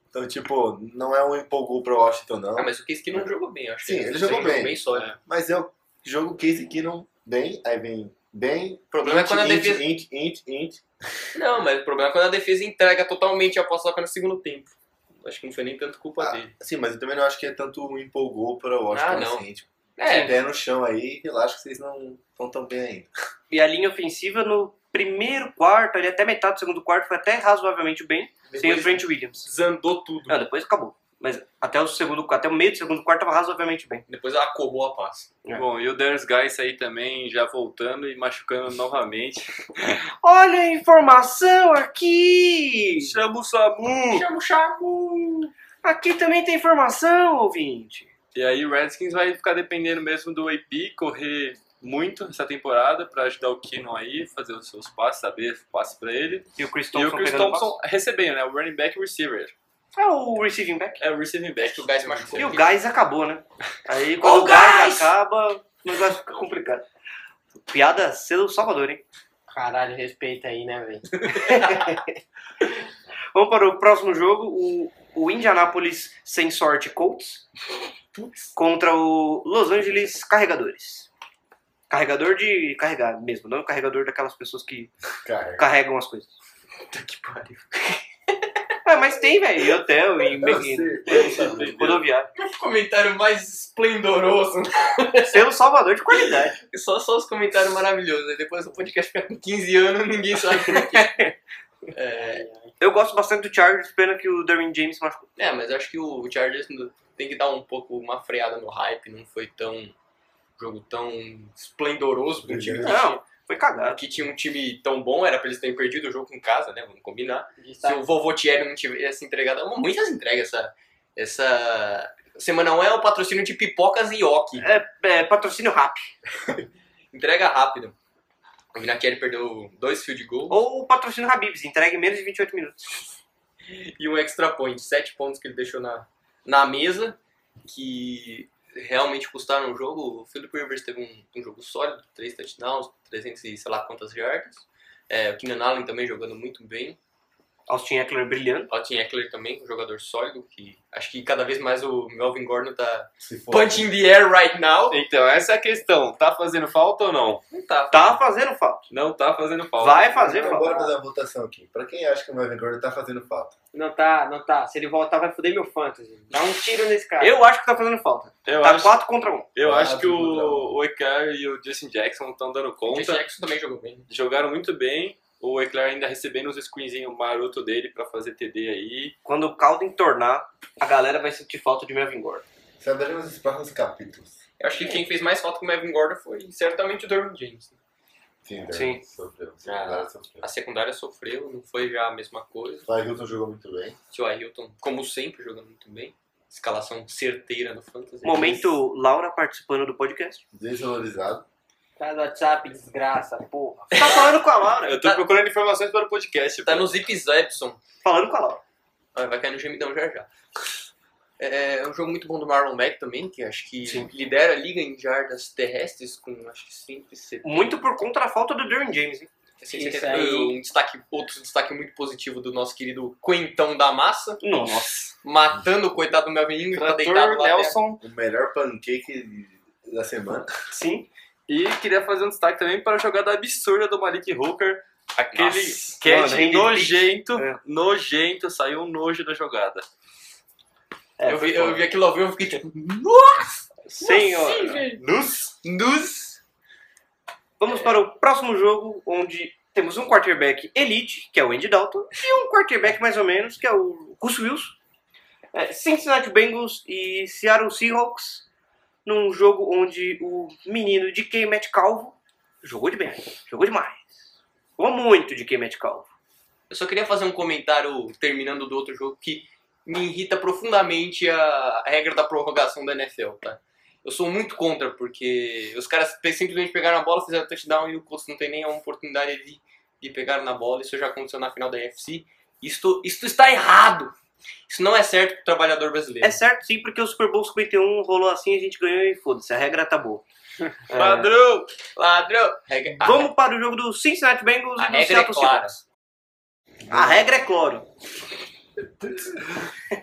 S3: então, tipo, não é um empolgou pro Washington, não.
S1: Ah, mas o Case que não jogou bem, acho
S3: Sim,
S1: que
S3: ele jogou bem.
S1: só.
S4: É.
S3: Mas eu jogo Case Keenum bem, aí vem bem. O
S1: problema é quando a defesa-
S3: Int, int, int.
S1: Não, mas o problema é quando a defesa entrega totalmente a paçoca no segundo tempo. Acho que não foi nem tanto culpa
S3: Ah,
S1: dele.
S3: Assim, mas eu também não acho que é tanto um empolgou pra Washington,
S1: Ah, não.
S3: assim. Tipo,
S1: É,
S3: pé no chão aí, relaxa que vocês não estão tão bem ainda.
S9: E a linha ofensiva no primeiro quarto, ali até metade do segundo quarto, foi até razoavelmente bem, sem o
S1: depois
S9: Trent Williams.
S1: desandou tudo.
S9: Ah, depois acabou. Mas até o segundo, até o meio do segundo quarto tava razoavelmente bem.
S1: Depois ela acabou a passe.
S9: É.
S4: Bom, e o Darius Guys aí também já voltando e machucando novamente.
S9: Olha a informação aqui!
S4: Chama o Samu!
S1: Chama o Chaco!
S9: Aqui também tem informação, ouvinte.
S4: E aí o Redskins vai ficar dependendo mesmo do AP correr muito essa temporada pra ajudar o Keenan aí, fazer os seus passes, saber passes pra ele.
S9: E o Chris
S4: e
S9: Thompson.
S4: o Chris
S9: pegando
S4: Thompson recebendo, né? O running back e o receiver.
S9: passe. Ah, o receiving back.
S4: É o receiving back.
S1: O Guys machucou.
S9: E o gás acabou, né? Aí quando o gás, acaba, o negócio fica complicado. Piada cedo Salvador, hein?
S2: Caralho, respeita aí, né, velho?
S9: Vamos para o próximo jogo, o, o Indianapolis Sem Sorte Colts contra o Los Angeles Carregadores. Carregador de carregar mesmo, não carregador daquelas pessoas que
S10: Cara,
S9: carregam as coisas. que pariu. mas tem, velho, em hotel, em,
S10: eu
S9: em,
S10: sei.
S9: em rodoviário.
S1: é Comentário mais esplendoroso.
S9: Selo Salvador de qualidade.
S1: Só, só os comentários maravilhosos. Aí depois o podcast fica com 15 anos ninguém sabe por quê. É,
S9: Eu gosto bastante do Chargers, pena que o Derwin James machucou.
S1: *laughs* é, mas eu acho que o Chargers tem que dar um pouco uma freada no hype. Não foi tão. jogo tão esplendoroso pro time.
S9: Não, foi cagado.
S1: Que tinha um time tão bom, era pra eles terem perdido o jogo em casa, né? Vamos combinar. Se
S2: Destaque-
S1: o vovô Thierry não tivesse entregado. é Muitas entregas essa. Essa. Semana 1 é o patrocínio de pipocas e ok.
S9: É, patrocínio rap.
S1: Entrega rápido. O Vinatieri perdeu dois field goal
S9: Ou patrocínio Habibs, entregue em menos de 28 minutos.
S1: e um extra point. Sete pontos que ele deixou na, na mesa, que realmente custaram o jogo. O Philip Rivers teve um, um jogo sólido, três touchdowns, 300 e sei lá quantas yardas. É, o Keenan Allen também jogando muito bem.
S9: Austin Eckler brilhando.
S1: O Austin Eckler também, um jogador sólido, que acho que cada vez mais o Melvin Gordon tá
S10: Se for.
S1: punch in the air right now.
S4: Então, essa é a questão. Tá fazendo falta ou não?
S1: Não tá.
S9: Tá fazendo falta.
S4: Não tá fazendo falta.
S9: Vai fazer
S10: Então, bora
S9: falta.
S10: fazer a votação aqui. Pra quem acha que o Melvin Gordon tá fazendo falta?
S2: Não tá, não tá. Se ele voltar, vai foder meu fantasy. Dá um tiro nesse cara.
S9: Eu acho que tá fazendo falta.
S4: Eu
S9: tá
S4: acho,
S9: 4 contra 1.
S4: eu
S10: Ah,
S4: acho que
S10: tudo bom.
S4: o, o Eclair e o Justin Jackson estão dando
S1: O Jason
S4: conta.
S1: Jackson também jogou bem.
S4: Jogaram muito bem. O Eclair ainda recebendo os screenzinhos maroto dele pra fazer TD aí.
S9: Quando o caldo entornar, a galera vai sentir falta de Melvin Gordon.
S10: Saberemos os próximos capítulos.
S1: Eu acho que quem fez mais falta com o Melvin Gordon foi certamente o Derwin James.
S10: Sim,
S9: Sim.
S10: Sofreu.
S1: Ah.
S10: Agora sofreu.
S1: A secundária sofreu, não foi já a mesma coisa.
S10: O Hilton jogou muito bem.
S1: Tio Hilton, como sempre, jogando muito bem. Escalação certeira no
S4: É
S1: Fantasy.
S9: Momento Laura participando do podcast.
S10: Desvalorizado.
S2: Tá no WhatsApp, desgraça, porra.
S9: Tá falando com a
S4: *laughs*
S9: Laura.
S4: Eu tô
S1: Tá-
S4: procurando informações para o podcast.
S1: Tá
S4: pô.
S1: no Zip Zepson.
S9: Falando com a Laura.
S1: Ah, Vai cair no gemidão já já. É é um jogo muito bom do Marlon Mack também, que acho que lidera a liga em jardas terrestres com acho que 170.
S9: Muito por conta da falta do Darren James, hein?
S2: Isso aí.
S1: Um destaque, outro destaque muito positivo do nosso querido Quentão da Massa.
S9: Nossa.
S1: matando o coitado do Melvin Ingram, tá deitado
S4: Trator
S1: lá até-
S4: Nelson.
S10: O melhor pancake da semana.
S9: Sim.
S4: E queria fazer um destaque também para a jogada absurda do Malik Hooker. Aquele
S1: Nossa.
S4: catch
S9: Mano, Henry
S4: nojento,
S9: Pick.
S4: nojento, saiu um nojo da jogada.
S9: É,
S1: eu,
S9: foi
S1: vi,
S9: foda.
S1: eu vi aquilo ao vivo e fiquei tipo, nossa,
S9: Senhora.
S1: gente.
S4: Luz?
S1: Nos...
S9: Vamos para o próximo jogo, onde temos um quarterback elite, que é o Andy Dalton, e um quarterback mais ou menos, que é o Russ Wilson. É, Cincinnati Bengals e Seattle Seahawks, num jogo onde o menino de K. Matt Calvo jogou de bem, jogou demais. Jogou muito de K. Matt Calvo.
S1: Eu só queria fazer um comentário terminando do outro jogo que me irrita profundamente a regra da prorrogação da NFL, tá? Eu sou muito contra, porque os caras pe- simplesmente pegaram a bola, fizeram touchdown e o Colts não tem nem a oportunidade de, de pegar na bola. Isso já aconteceu na final da AFC. Isto, isto está errado! Isso não é certo pro trabalhador brasileiro.
S9: É certo sim, porque o Super Bowl 51 rolou assim, a gente ganhou e foda-se, a regra tá boa. É,
S1: Ladrão! Ladrão! Regra- a
S9: Vamos para o jogo do Cincinnati Bengals
S1: A
S9: e do
S1: regra é
S9: Seattle
S1: clara.
S9: Seahawks. A regra é cloro.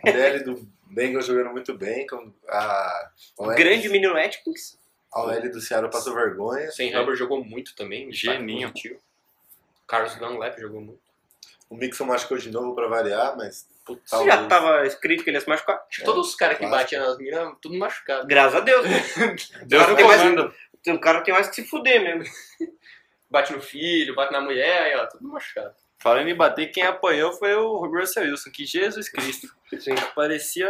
S10: DL do Bengals jogando muito bem. Com a... a OL
S9: Grande menino Atkins.
S10: A OL do Ceará passou vergonha.
S1: Sem Hubbard jogou muito também. destaque
S4: Geninho.
S1: positivo. Carlos Dunlap jogou muito.
S10: O Mixon machucou de novo pra variar, mas
S1: Putz,
S9: Você já tava escrito que ele ia se machucar?
S1: acho que todos os caras que
S10: clássico.
S1: batiam nas minas, tudo machucado.
S9: Graças a
S4: *laughs*
S9: Deus.
S4: Deus
S9: Claro
S4: no
S9: que vai-
S4: comando.
S9: Tem um cara que tem mais que se fuder mesmo.
S1: Bate no filho, bate na mulher, aí, ó, tudo machucado.
S4: Falando em bater, quem apanhou foi o Russell Wilson, que Jesus Cristo.
S2: Sim.
S4: Parecia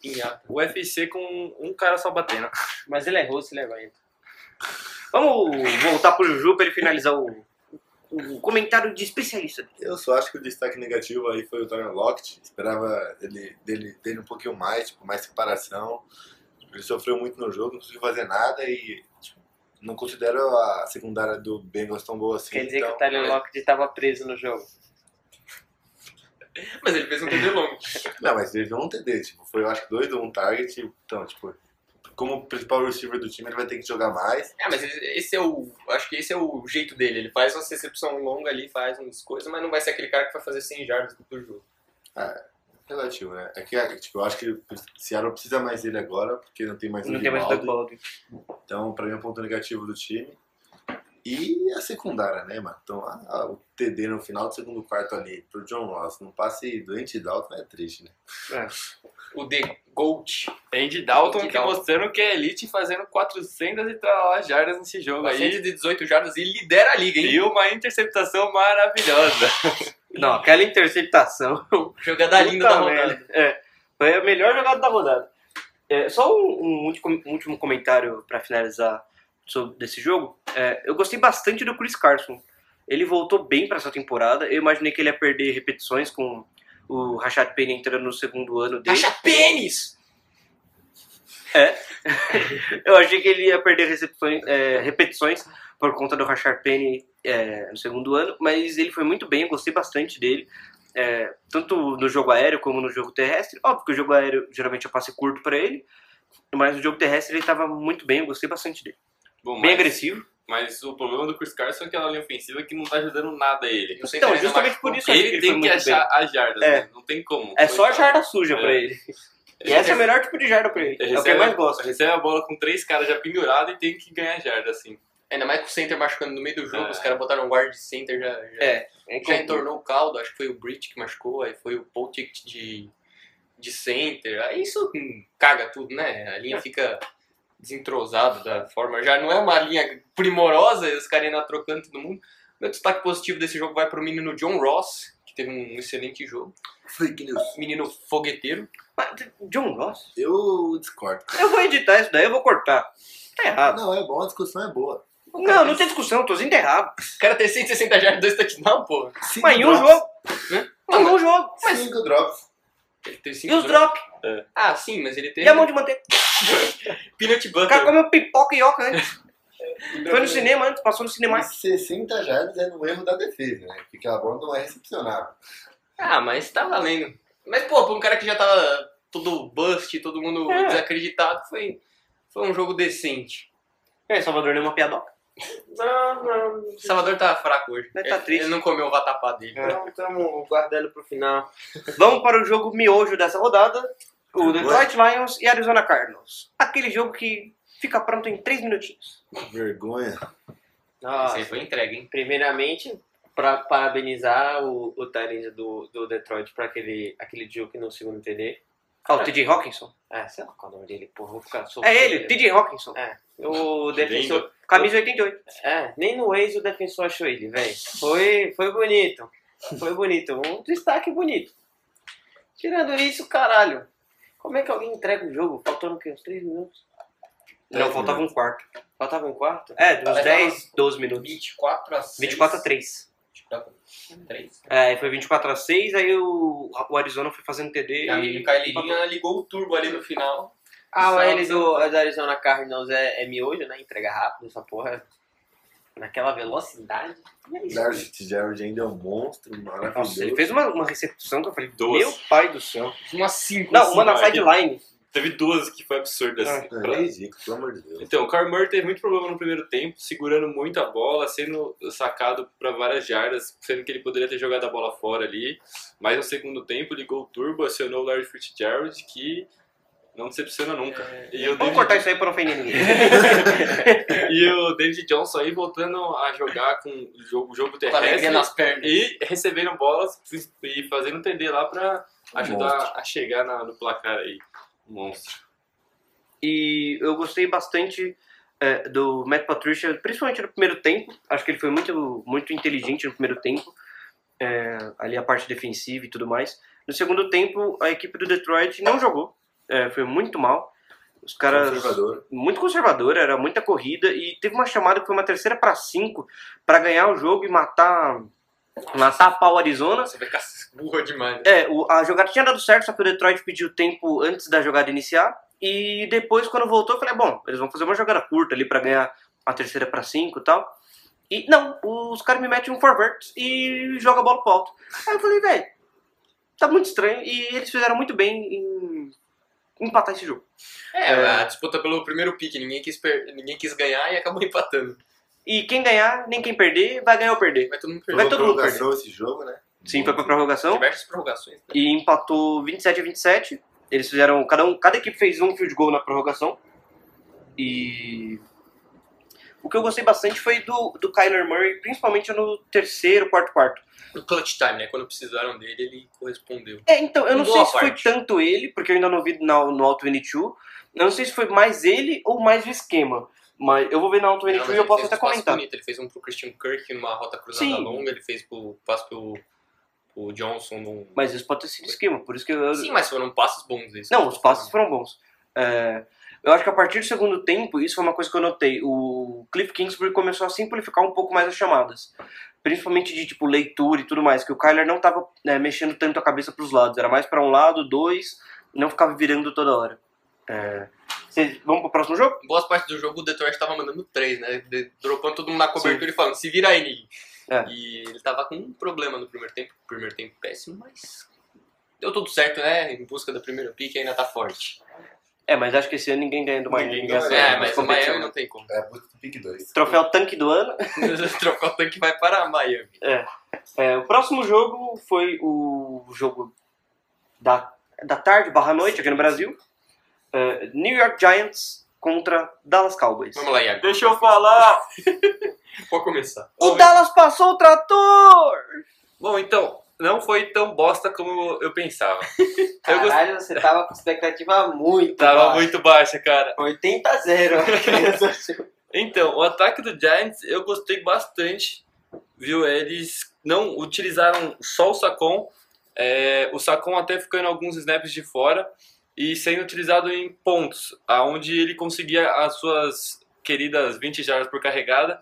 S1: Pinhata.
S4: o UFC com um cara só batendo.
S2: Mas ele é russo, ele é lento.
S9: Vamos voltar pro Ju pra ele finalizar o, o o comentário de especialista.
S3: Eu só acho que o destaque negativo aí foi o Tyler Lockett. Esperava ele, dele, dele um pouquinho mais, tipo, mais separação. Ele sofreu muito no jogo, não conseguiu fazer nada e tipo, não considero a secundária do Bengals tão boa assim.
S2: Quer dizer
S3: então,
S2: que o
S9: é.
S2: Tyler Lockett tava preso no jogo.
S1: Mas ele fez um TD longo.
S3: Não, mas teve um TD, tipo, foi eu acho que dois ou um target. Então, tipo, como principal receiver do time, ele vai ter que jogar mais.
S1: É, mas esse é o. Acho que esse é o jeito dele. Ele faz uma recepção longa ali, faz umas coisas, mas não vai ser aquele cara que vai fazer 100 jardas no jogo.
S3: Relativo, né? É que, tipo, eu acho que Seattle precisa mais dele agora, porque não tem mais
S9: Não
S3: o
S9: tem mais
S3: Grimald.
S9: Doug Baldwin.
S3: Então, pra mim, é um ponto negativo do time. E a secundária, né, mano? Então, a- a- o TD no final do segundo quarto ali, pro John Ross, não passe doente de alto, é triste, né?
S1: O The Gold.
S4: Andy Dalton
S1: Andy
S4: que
S1: Dalton.
S4: mostrando que é elite fazendo 400 e tal jardas nesse jogo aí.
S1: 418 jardas e lidera a liga, hein?
S4: E uma interceptação maravilhosa.
S9: Não, aquela interceptação.
S1: Jogada linda da
S9: Puta
S1: rodada.
S9: merda. É, foi a melhor jogada da rodada. É, só um, um último, um último comentário pra finalizar sobre desse jogo. É, eu gostei bastante do Chris Carson. Ele voltou bem pra essa temporada. Eu imaginei que ele ia perder repetições com o Rashad Penny entrando no segundo ano dele.
S1: Acha pênis!
S9: Eu achei que ele ia perder recepções- é, repetições por conta do Rashard Penny é, no segundo ano, mas ele foi muito bem, eu gostei bastante dele, é, tanto no jogo aéreo como no jogo terrestre. Óbvio que o jogo aéreo geralmente é passe curto para ele, mas no jogo terrestre ele estava muito bem, eu gostei bastante dele.
S4: Bom,
S9: Bem
S4: mas,
S9: agressivo.
S4: mas o problema do Chris Carson é que é a linha ofensiva que não tá ajudando nada a ele. é
S1: Não sei
S9: Então,
S1: também, não,
S9: justamente por isso eu achei
S4: Ele
S9: que ele
S4: tem
S9: foi
S4: que
S9: muito bem.
S4: achar as jardas,
S9: É.
S4: né? não tem como.
S9: É só a
S4: Coitado.
S9: jarda suja
S4: É.
S9: pra ele. E
S4: Ele
S9: essa é o melhor tipo de jarda pra ele.
S4: Ele
S9: É o que eu
S4: recebe-
S9: mais gosto.
S4: Recebe a bola com três caras já pendurado e tem que ganhar jarda, assim.
S1: Ainda mais com o center machucando no meio do jogo,
S4: É.
S1: os caras botaram um guard center já. já-
S9: É,
S1: Já entornou o caldo, acho que foi o Bridge que machucou, aí foi o Poltic de, de center. Aí isso hum, caga tudo, né? A linha fica desentrosada da forma. Já não é uma linha primorosa, e os caras ainda trocando todo mundo. Meu destaque positivo desse jogo vai pro menino John Ross, que teve um excelente jogo.
S3: Fake news.
S1: Menino fogueteiro.
S9: Mas, John Ross?
S3: Eu discordo.
S9: Eu vou editar isso daí, eu vou cortar. Tá errado.
S3: Não, é bom, a discussão é boa.
S9: Não, não tem discussão, eu tô dizendo errado.
S1: O cara tem 160 jardas, dois touchdowns, pô.
S3: Cinco
S9: Mas em um
S3: drops.
S9: jogo. Em um jogo.
S3: Cinco drops.
S1: Ele teve
S9: E
S1: cinco
S9: os
S1: drops.
S9: drops?
S1: Ah, sim, mas ele teve
S9: E a mão de manteiga?
S1: peanut
S9: O cara
S1: butter.
S9: comeu pipoca e oca antes. Foi no cinema antes, passou no cinema.
S3: Mas 60 jardas é no erro da defesa, né? Porque aquela bola não é recepcionável.
S1: Ah, mas tá valendo. Mas, pô, pra um cara que já tava todo bust, todo mundo
S9: É.
S1: desacreditado, foi, foi um jogo decente.
S9: E aí, É, Salvador deu uma piadoca?
S1: O Salvador tá fraco hoje.
S9: Ele tá
S1: Ele-
S9: triste.
S1: Ele não comeu o vatapá dele.
S2: Então, estamos guardando pro final.
S9: Vamos para o jogo miojo dessa rodada. O Detroit Lions e Arizona Cardinals. Aquele jogo que fica pronto em 3 minutinhos.
S3: Vergonha.
S1: Isso aí
S2: Nossa,
S1: foi entregue, hein?
S2: primeiramente, para parabenizar o, o Tyrande do, do Detroit para aquele, aquele jogo no segundo TD.
S9: Ah, o TJ Hawkinson.
S2: Ah, sei lá qual é o nome dele, porra. Vou ficar sou-
S9: É ele, TJ Hawkinson.
S2: O defensor.
S9: Camisa 88.
S2: É, nem no Waze o defensor achou ele, velho. Foi, foi bonito. Foi bonito. Um destaque bonito. Tirando isso, caralho. Como é que alguém entrega o jogo? Faltando o quê? Uns 3 minutos?
S9: Não, faltava um quarto.
S2: Faltava um quarto?
S9: É, uns
S1: Mas
S9: 10, 12 minutos.
S1: 24 a 6.
S9: 24 a 3.
S1: 24 a 3.
S9: É, aí foi 24 a 6, aí o, o Arizona foi fazendo TD
S1: E
S9: e...
S1: a Kailinha ligou o turbo ali no final.
S2: Ah,
S1: Só-
S2: mas ele do a da Arizona Cardinals é, é miojo, né? Entrega rápido essa porra. Naquela velocidade. E é isso.
S3: Jared Jared ainda é um monstro maravilhoso.
S9: Nossa, ele fez uma, uma recepção que eu falei,
S4: Doze.
S9: meu pai do céu.
S1: Umas 5.
S9: Não, uma na sideline.
S4: Teve duas que foi absurda, assim.
S9: Ah,
S3: É
S4: pra-
S3: ridículo, pelo amor de Deus.
S4: Então, o Carl Murray teve muito problema no primeiro tempo, segurando muito a bola, sendo sacado para várias jardas, sendo que ele poderia ter jogado a bola fora ali. Mas no segundo tempo, ligou o turbo, acionou o Larry Fitzgerald, que não decepciona nunca. E, o
S9: É. Vamos
S4: David,
S9: cortar isso aí pra não ofender ninguém.
S4: *laughs* e o David Johnson aí voltando a jogar com o jogo, o jogo
S1: Com alegria
S9: É,
S4: terrestre
S1: tá nas pernas.
S4: e recebendo bolas e fazendo TD lá para ajudar
S3: monstro.
S4: a chegar na- no placar aí. Monstro.
S9: e eu gostei bastante é, do Matt Patricia, principalmente no primeiro tempo. Acho que ele foi muito, muito inteligente no primeiro tempo. É, ali a parte defensiva e tudo mais. No segundo tempo, a equipe do Detroit não jogou. É, foi muito mal. Os caras
S3: Conservador.
S9: muito conservador, era muita corrida e teve uma chamada que foi uma terceira para cinco para ganhar o jogo e matar matar a pau Arizona.
S4: Você vai ficar burra demais.
S9: É, o- a jogada tinha dado certo, só que o Detroit pediu tempo antes da jogada iniciar e depois quando voltou, eu falei, bom, eles vão fazer uma jogada curta ali para ganhar a terceira para cinco e tal. E não, os caras me metem um forward e joga a bola pro alto. Aí eu falei, velho, tá muito estranho e eles fizeram muito bem em empatar esse jogo.
S4: É, a disputa pelo primeiro pique, ninguém quis, per- ninguém quis ganhar e
S1: *laughs*
S4: acabou empatando.
S9: E quem ganhar, nem quem perder, vai ganhar ou perder.
S4: Vai todo mundo
S9: Vai
S4: perder.
S3: Jogou
S9: todo mundo
S3: prorrogação esse jogo, né?
S9: Sim, foi pra prorrogação.
S4: Diversas prorrogações. né?
S9: e empatou 27 a 27. Eles fizeram, cada um, cada equipe fez um field goal na prorrogação. E o que eu gostei bastante foi do, do Kyler Murray, principalmente no terceiro, quarto quarto.
S4: No clutch time, né? Quando precisaram dele, ele correspondeu.
S9: É, então, eu não
S4: Boa
S9: sei se foi
S4: parte.
S9: tanto ele, porque eu ainda não vi na, no Alto 22. Eu não sei se foi mais ele ou mais o esquema. Mas eu vou ver na Alto
S4: Não,
S9: 22
S4: mas
S9: e eu
S4: ele
S9: posso
S4: fez
S9: até
S4: um passe
S9: comentar.
S4: bonito, Ele fez um pro Christian Kirk numa rota cruzada
S9: Sim.
S4: longa, ele fez pro, passo pro, pro Johnson num.
S9: Mas isso pode ter sido esquema, por isso que eu,
S4: Sim, mas foram passos bons isso.
S9: Não, os passes foram bons. É, eu acho que a partir do segundo tempo, isso foi uma coisa que eu notei. O Cliff Kingsbury começou a simplificar um pouco mais as chamadas. Principalmente de tipo leitura e tudo mais, que o Kyler não tava né, mexendo tanto a cabeça para os lados. Era mais para um lado, dois, não ficava virando toda hora. É, vocês- vamos pro próximo jogo?
S4: Boas partes do jogo o Detroit tava mandando três, né? De- dropando todo mundo na cobertura e falando, se vira aí, Nigui.
S9: É.
S4: E ele tava com um problema no primeiro tempo. Primeiro tempo péssimo, mas. Deu tudo certo, né? Em busca da primeira pique ainda tá forte.
S9: É, mas acho que esse ano ninguém ganha do Miami.
S3: Ninguém
S9: Ninguém
S3: ganha.
S9: ganha.
S4: É,
S3: mas
S4: mas o
S9: competição,
S4: Miami
S9: né?
S4: não tem como. *laughs*
S3: É, Busto Pick 2.
S9: Troféu tanque do ano.
S4: Trocar o tanque vai para Miami.
S9: É, o próximo jogo foi o jogo da, da tarde barra noite aqui no Brasil. É, New York Giants contra Dallas Cowboys.
S4: Vamos lá, Iago.
S2: Deixa eu falar!
S4: Pode começar.
S9: O Dallas passou o trator!
S4: Bom, então, não foi tão bosta como eu pensava. Eu gostei.
S2: Caralho, você tava com expectativa muito
S4: Tava
S2: baixa.
S4: muito baixa, cara.
S2: 80 a *laughs* 0.
S4: Então, o ataque do Giants eu gostei bastante, viu? Eles não utilizaram só o Sacon. É, o Sacon até ficou em alguns snaps de fora e sendo utilizado em pontos, aonde ele conseguia as suas queridas 20 jardas por carregada.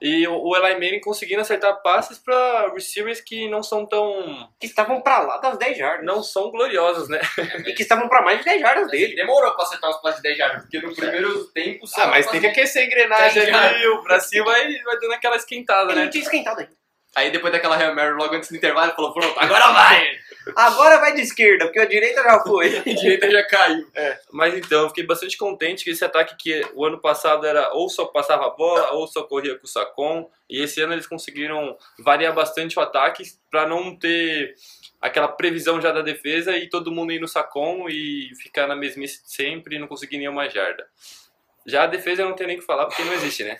S4: E o- o Eli Manning conseguindo acertar passes para receivers que não são tão.
S9: Que estavam pra lá das 10 jardas.
S4: não são gloriosos, né? *laughs*
S9: E que estavam pra mais de 10 jardas dele.
S4: demorou pra acertar os passes de 10 jardas, porque no primeiro tempo... Ah, mas tem que né? aquecer a
S2: Tem
S4: engrenagem
S2: que-
S4: ali, o Brasil vai, vai dando aquela esquentada,
S9: Ele não
S4: né?
S9: tinha esquentado ainda.
S4: Aí depois daquela Hail Mary, logo antes do intervalo, falou, pronto, agora *laughs* vai!
S9: Agora vai de esquerda, porque a direita já foi.
S4: a direita já caiu. Mas então, eu fiquei bastante contente que esse ataque que o ano passado era ou só passava a bola, ou só corria com o sacon, e esse ano eles conseguiram variar bastante o ataque pra não ter aquela previsão já da defesa e todo mundo ir no sacon e ficar na mesmice de sempre e não conseguir nenhuma jarda. Já a defesa eu não tenho nem o que falar porque não existe, né?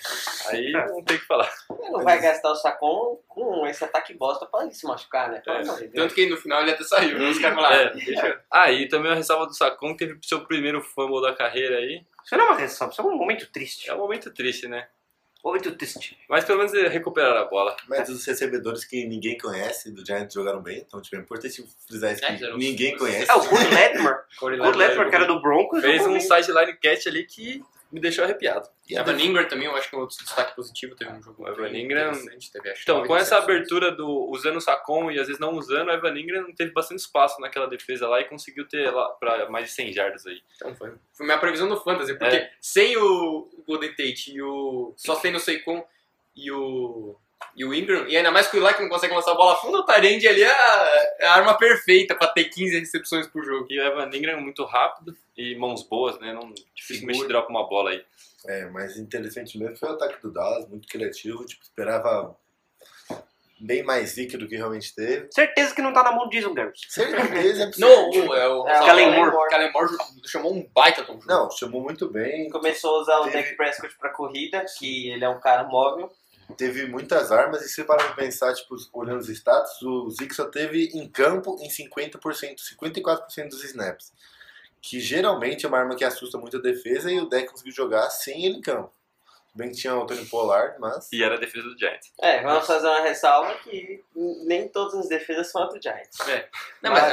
S4: Aí não tem o que falar.
S2: Não vai gastar o Sacon com esse ataque bosta pra ele se machucar, né?
S9: É,
S2: Pelo amor de Deus.
S4: que no final ele até saiu, né? Os caras falaram. Ah, e também a ressalva do Sacon que teve o seu primeiro fumble da carreira aí.
S9: Isso não é uma ressalva, isso é um momento triste.
S4: É um momento triste, né?
S9: Um momento triste.
S4: Mas pelo menos recuperaram a bola.
S3: Mas os recebedores que ninguém conhece do Giants jogaram bem, então tipo, é importante frisar isso
S4: É,
S3: que
S4: jogaram-
S3: ninguém conhece.
S9: É, o Good Ledmer. O Good
S4: né?
S9: Ledmer, que era do Broncos.
S4: Fez
S9: jogou
S4: um
S9: bem.
S4: sideline catch ali que me deixou arrepiado.
S3: E a
S4: Ingram também, eu acho que é outro destaque positivo, teve um jogo. O Evan Ingram. Então,
S1: nove
S4: com essa
S1: recepções.
S4: abertura do usando o Sacon e às vezes não usando, o Evan Ingram teve bastante espaço naquela defesa lá e conseguiu ter lá pra mais de 100 jardas aí.
S1: Então foi. Foi minha previsão do Fantasy, porque
S4: É.
S1: sem o Golden Tate e o. Só sem o Seikon e o. E o Ingram, e ainda mais que o Ilac não consegue lançar a bola fundo, o Tyrande ali é a, é a arma perfeita pra ter 15 recepções por jogo.
S4: E o Evan Ingram muito rápido e mãos boas, né? Não, dificilmente dropa uma bola aí.
S3: É, mas interessante mesmo foi o ataque do Dallas, muito criativo, tipo, esperava bem mais zica do que realmente teve.
S9: Certeza que não tá na mão do Jason Garrett. *laughs*
S3: Certeza
S1: Não,
S3: absoluta.
S1: o- é o.
S2: É, o
S9: Kellen
S1: Kellen
S9: Moore.
S1: Kellen Moore chamou um baita de um jogo.
S3: Não, chamou muito bem,
S2: Começou a usar o Dak Prescott pra corrida, que ele é um cara móvel.
S3: teve muitas armas, e se parar pra pensar, tipo, olhando os status, o Zeke só teve em campo em 50%, 54% dos snaps. Que geralmente é uma arma que assusta muito a defesa e o deck conseguiu jogar sem ele em campo. Bem que tinha o Tony Pollard, mas.
S4: E era a defesa do Giants.
S2: É, vamos fazer uma ressalva que nem todas as defesas são a do Giants.
S1: Não, mas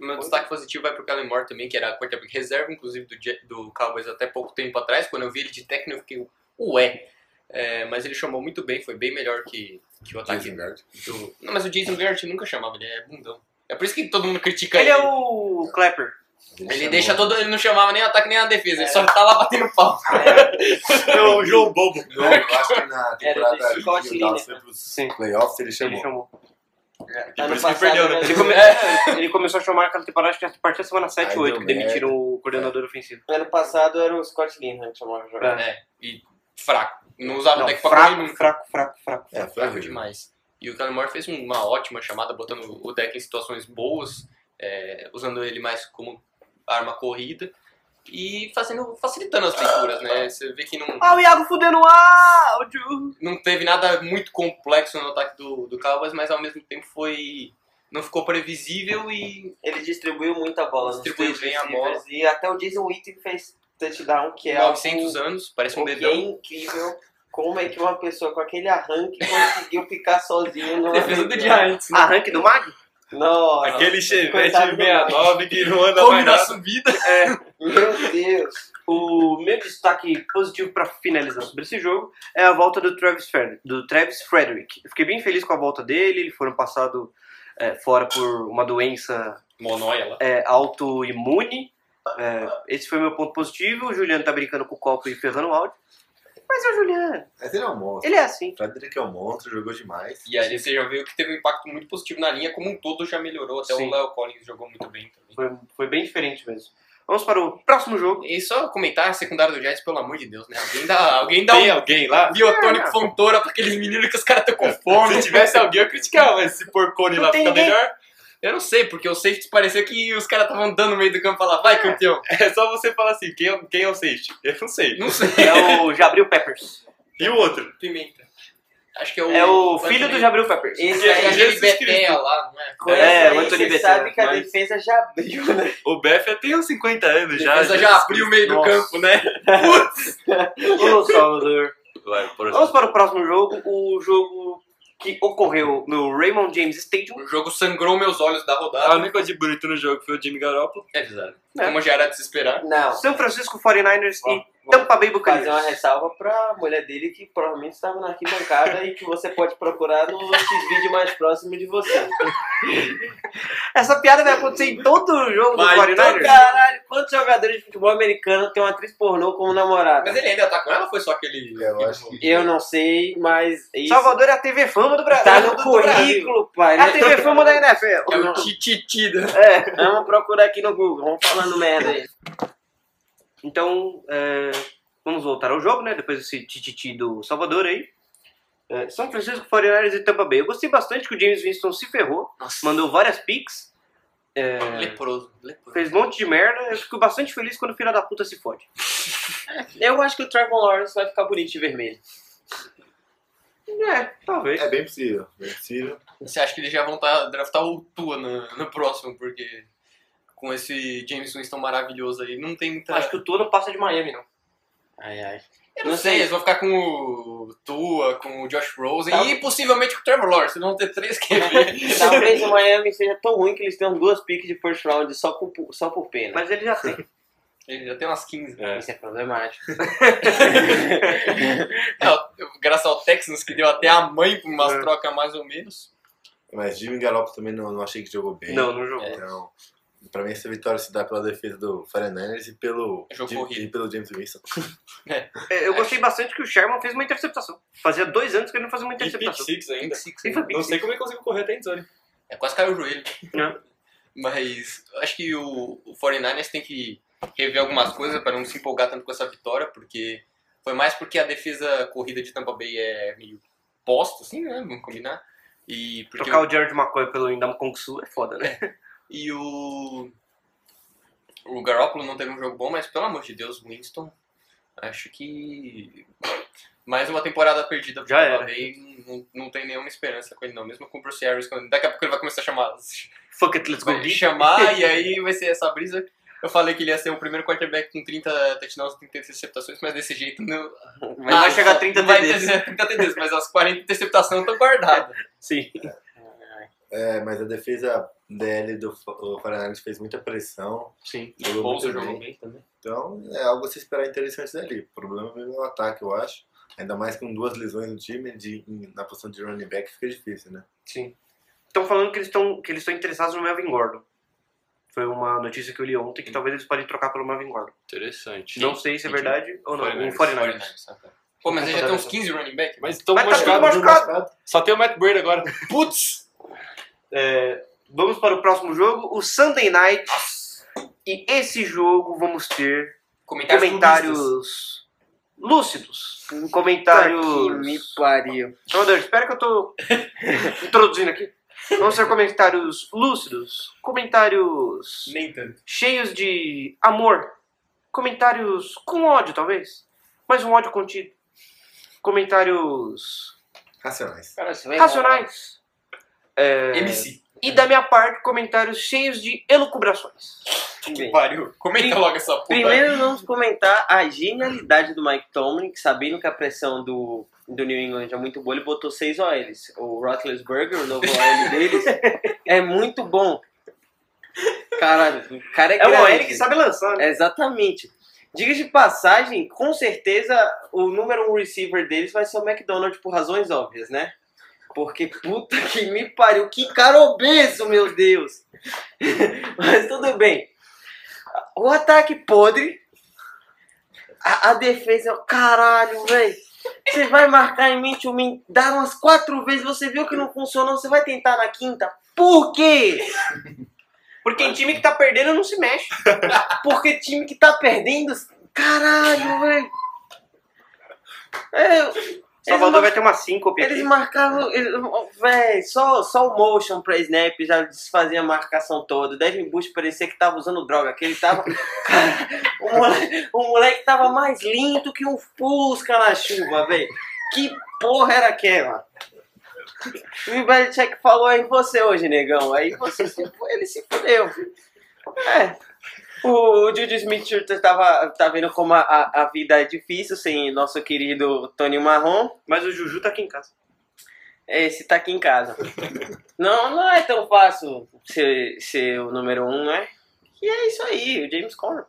S1: é, meu destaque positivo vai pro Kellen Moore também, que era quarterback reserva, inclusive do, Je- do Cowboys até pouco tempo atrás. Quando eu vi ele de técnico, eu fiquei, ué. É, mas ele chamou muito bem, foi bem melhor que, que o ataque
S3: Jason Garrett.
S1: do... Não, mas o Jason Garrett nunca chamava, ele é bundão. É por isso que todo mundo critica
S9: Ele
S1: ele.
S9: é o Clapper.
S1: Ele deixa
S3: *laughs*
S1: todo... Ele não chamava nem o ataque nem a defesa, ele só tá lá batendo pau.
S3: É o João Bobo. Não, eu acho que na temporada
S2: desse
S3: que
S2: Scott
S3: o Dallas
S2: Lineker.
S3: foi pros
S9: Sim.
S3: playoffs, ele chamou.
S9: Ele chamou. Tipo,
S2: Ano
S4: isso que
S2: passado,
S4: perdeu, né?
S2: né?
S9: Ele, come- é, ele começou a chamar aquela temporada, acho que a partir da semana 7 ou
S3: Aí
S9: 8, que
S3: deu merda.
S9: demitiram o coordenador ofensivo.
S2: Ano passado era o Scott Linham que chamava o jogo.
S9: É.
S1: É, e fraco. Não usava
S9: Não,
S1: técnico pra correr
S9: fraco,
S1: nunca.
S9: fraco, fraco, fraco.
S3: É, foi
S1: Fraco
S3: horrível.
S1: demais. E o Kellen Moore fez uma ótima chamada, botando o deck em situações boas, é, usando ele mais como arma corrida e fazendo, facilitando as leituras, né? Você vê que não,
S9: Ah, o Iago fudendo o áudio!
S1: não teve nada muito complexo no ataque do, do Cowboys, mas ao mesmo tempo foi... Não ficou previsível e
S2: Ele distribuiu muita bola nos
S1: Distribuiu
S2: três
S1: bem a bola.
S2: receivers E até o Jason Witten fez touchdown, que é
S1: 900
S2: algo
S1: anos, parece um
S2: o que
S1: dedão.
S2: é *laughs* incrível. Como é que uma pessoa com aquele arranque conseguiu ficar sozinho no
S1: Defesa do Giants. né?
S9: Arranque do Mag?
S2: Nossa,
S4: Chevette
S2: Ah, Coitado do
S4: 69 que não anda
S1: Come na subida.
S2: meu Deus.
S9: O meu destaque positivo para finalizar sobre esse jogo é a volta do Travis, Fred do Travis Frederick. Eu fiquei bem feliz com a volta dele, ele foi no passado é, fora por uma doença
S4: Monóia lá.
S9: é, autoimune. É, esse foi meu ponto positivo. O Juliano tá brincando com o copo e ferrando o áudio. Mas é o Juliano,
S3: Mas ele é um monstro.
S9: ele é assim.
S3: O Frederick é um monstro, jogou demais.
S1: E aí você já viu que teve um impacto muito positivo na linha, como um todo já melhorou. Até
S9: Sim.
S1: o Léo Collins jogou muito bem também.
S9: Foi, foi bem diferente mesmo. Vamos para o próximo jogo.
S1: E só comentar a secundária do Jets, pelo amor de Deus, né? Alguém dá, alguém dá
S4: Tem
S1: um
S4: alguém lá?
S1: biotônico fontora pra aqueles meninos que os caras estão com fome.
S4: É, Se tivesse alguém, eu criticava. Esse porcone
S9: Não
S4: lá
S9: tem
S4: fica
S9: ninguém.
S4: melhor.
S1: Eu não sei, porque o safety parecia que os caras estavam andando no meio do campo e falar, vai, campeão.
S4: É só você falar assim, quem é, quem é o safety? Eu não sei.
S1: Não sei.
S9: É
S1: *laughs*
S9: o Jabril Peppers.
S4: E o outro?
S1: Pimenta. Acho que é o.
S9: É o filho do
S1: Jabu.
S9: Jabril Peppers.
S2: Esse
S1: É
S2: aí,
S1: aquele
S4: Jesus
S1: Betel
S4: Cristo.
S1: lá, não é?
S2: com esse
S9: É,
S2: aí,
S9: o Anthony
S2: você
S9: Becerra,
S2: sabe que a
S9: mas-
S2: defesa já abriu, né?
S4: O Beff já tem uns 50 anos já.
S1: Defesa já abriu o meio do
S4: Nossa.
S1: campo,
S9: *laughs*
S1: né?
S9: Ô, Salvador.
S4: Vai, por
S9: Vamos para o próximo jogo, o jogo que ocorreu no Raymond James Stadium.
S1: O jogo sangrou meus olhos da
S4: A
S1: rodada.
S4: única coisa de bonito no jogo foi o Jimmy Garoppolo.
S1: É bizarro.
S9: É.
S1: Como já era de se esperar.
S2: Não.
S9: São Francisco 49ers
S2: Ó,
S9: e Tampa
S2: Fazer
S9: Bay
S2: uma
S9: Buccaneers.
S2: ressalva pra mulher dele que provavelmente estava na arquibancada e que você pode procurar no vídeo mais próximo de você.
S9: Essa piada vai acontecer em todo jogo do
S1: Vai,
S9: 49ers.
S2: Caralho, quantos jogadores de futebol americano tem uma atriz pornô como namorada?
S9: é-
S1: Mas ele ainda tá com ela ou foi só aquele.
S3: É, eu acho que-
S2: Eu não sei, mas isso
S9: Salvador é a TV fama do Brasil.
S2: tá
S9: do-
S2: no
S9: do Brasil.
S2: currículo, pai. né?
S9: É a TV fama da NFL.
S1: É o Tititi né? da-
S2: Vamos procurar aqui no Google, vamos falando merda aí.
S9: Então, é, vamos voltar ao jogo, né? Depois desse tititi do Salvador aí. É, São Francisco 49ers e Tampa Bay. Eu gostei bastante que o James Winston se ferrou. Mandou várias picks. É,
S1: Leproso. Leproso.
S9: Fez um monte de merda, eu fico bastante feliz quando o filho da puta se fode.
S2: Eu acho que o Trevor Lawrence vai ficar bonito de vermelho.
S9: É, talvez.
S3: É bem possível, bem possível.
S1: Você acha que eles já vão tá, draftar o Tua no, no próximo, porque com esse James Winston maravilhoso aí, não tem muita.
S9: Acho que o Tua não passa de Miami, não.
S2: Ai, ai.
S1: eu não sei, eles vão ficar com o Tua, com o Josh Rosen
S2: Tá.
S1: e possivelmente com o Trevor Lawrence. Eles vão ter três QB.
S2: Talvez o Miami seja tão ruim que eles tenham duas piques de first round só por, só por pena.
S9: Mas ele já tem.
S1: Ele já tem umas 15.
S4: É.
S2: Isso é problemático.
S1: É, graças ao Texans, que deu até a mãe por umas
S9: É.
S1: trocas mais ou menos.
S3: Mas Jimmy Garoppolo também não, não achei que jogou bem.
S9: Não, não jogou.
S3: Então, pra mim essa vitória se dá pela defesa do 49ers e pelo,
S1: É Jogo
S3: Jim-
S1: corrido.
S3: e pelo James Winston.
S9: É, Eu gostei bastante que o Sherman fez uma interceptação. Fazia dois anos que ele não fazia uma
S4: E pick
S9: interceptação.
S4: six ainda.
S9: Sim, foi pick
S4: Não
S9: six.
S4: sei como ele conseguiu correr até em zone.
S1: É, quase caiu o joelho.
S9: Né?
S1: *laughs* Mas acho que o, o 49ers tem que rever algumas coisas para não se empolgar tanto com essa vitória, porque foi mais porque a defesa corrida de Tampa Bay é meio posta, assim, né? Vamos combinar. E, porque
S9: Trocar o Jared McCoy pelo Indam Kongsu é foda, né?
S1: e o. O Garoppolo não teve um jogo bom, mas pelo amor de Deus, Winston. Acho que. Mais uma temporada perdida
S9: Já era.
S1: Bay, não, não tem nenhuma esperança com ele, não. Mesmo com o Bruce Harris, quando- daqui a pouco ele vai começar a chamar
S9: Fuck it, let's go
S1: vai
S9: deep. *laughs*
S1: chamar e aí vai ser essa brisa. Eu falei que ele ia ser o primeiro quarterback com 30 touchdowns e 30 interceptações, mas desse jeito não. Ah,
S9: Mas vai chegar a 30
S1: não vai
S9: TDs.
S1: ter 30 TDs, mas as 40 interceptações estão guardadas.
S9: Sim.
S3: É, mas a defesa DL do Fa- o Paranaense fez muita pressão.
S9: Sim.
S1: E o Bolsa jogou bem também.
S3: Então é algo a se esperar interessante dali. O problema mesmo é o ataque, eu acho. Ainda mais com duas lesões no time, de, em- na posição de running back fica difícil, né?
S9: Sim. Estão falando que eles estão que eles estão interessados no Melvin Gordon. Foi uma notícia que eu li ontem que talvez eles podem trocar pelo Melvin Gordon.
S4: Interessante.
S9: Não sei se é
S4: Sim.
S9: verdade ou não. Um é O
S4: 49ers.
S9: 49ers.
S1: Pô, mas ele já tem uns 15 running back.
S4: Mas estão
S9: Mas tá tudo
S4: machucados.
S9: machucado.
S4: Só tem o Matt Brady agora.
S1: Putz!
S9: É, vamos para o próximo jogo, o Sunday Night. E esse jogo vamos ter
S1: Comentários. clubistas.
S9: comentários lúcidos.
S2: Tá me
S9: Comentários.
S2: pariu.
S9: Ô, Deus, espera que eu *laughs* tô introduzindo aqui. Vamos ter comentários lúcidos, comentários
S1: Nem tanto.
S9: cheios de amor, comentários com ódio, talvez, mas um ódio contido. Comentários
S3: Racionais.
S9: racionais. É,
S1: MC.
S9: E da minha parte, comentários cheios de elucubrações.
S1: Que pariu. Comenta logo essa porra.
S2: Primeiro vamos comentar a genialidade do Mike Tomlin, que sabendo que a pressão do, do New England é muito boa, ele botou seis OLs. O Roethlisberger, o novo OL *laughs* deles, é muito bom. Caralho, o cara é,
S9: É o
S2: grande.
S9: OL que sabe lançar, né?
S2: Exatamente. Diga de passagem, com certeza o número um receiver deles vai ser o McDonald por razões óbvias, né? Porque puta que me pariu, que cara obeso, meu Deus! *laughs* Mas tudo bem. O ataque podre, a, a defesa, caralho, velho. Você vai marcar em mente o min, dá umas quatro vezes, você viu que não funcionou, você vai tentar na quinta. Por quê?
S9: Porque em time que tá perdendo não se mexe.
S2: Porque time que tá perdendo. Caralho, velho. É,
S9: Salvador
S2: eles,
S9: vai ter uma síncope
S2: eles
S9: aqui.
S2: marcavam. eles- Véi, só, só o motion pra snap já desfazia a marcação toda. O Devin Bush parecia que tava usando droga. Que ele tava. *laughs* Cara, o, moleque, o moleque tava mais lindo que um fusca na chuva, velho. Que porra era aquela? E o Belichick falou aí você hoje, negão. Aí você se, fu- ele se fudeu. É. O, o Juju Smith Schuster tava, tá vendo como a, a, a vida é difícil sem nosso querido Tony Marrom.
S9: Mas o Juju tá aqui em casa.
S2: Esse tá aqui em casa. não, não é tão fácil ser, ser o número um, né? E é isso aí, o James Conner.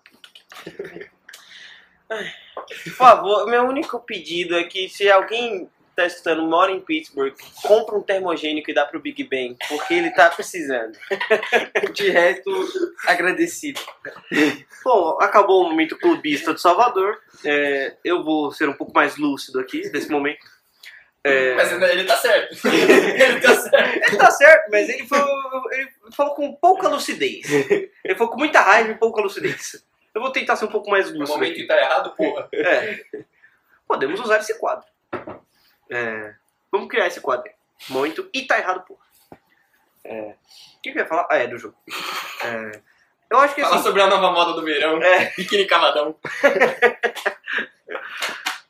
S2: Ai, Por favor, meu único pedido é que se alguém tá estudando, mora em Pittsburgh, compra um termogênico e dá pro Big Ben, porque ele tá precisando. De resto, agradecido.
S9: Bom, acabou o momento clubista de Salvador. É, eu vou ser um pouco mais lúcido aqui nesse momento. É,
S1: Mas ele tá certo. ele tá certo.
S9: ele tá certo, mas ele, foi, ele falou com
S1: *laughs*
S9: pouca lucidez. Ele falou com muita raiva e pouca lucidez. Eu vou tentar ser um pouco mais
S1: No
S9: lúcido.
S1: momento
S9: aqui.
S1: que tá errado, porra.
S9: É. Podemos usar esse quadro. É, Vamos criar esse quadro. aí. Muito. E tá errado, porra. É, O que que eu ia falar? Ah, é, do jogo. É, Eu acho que
S1: Fala
S9: assim,
S1: sobre a nova moda do verão.
S9: É.
S1: Biquíni cavadão.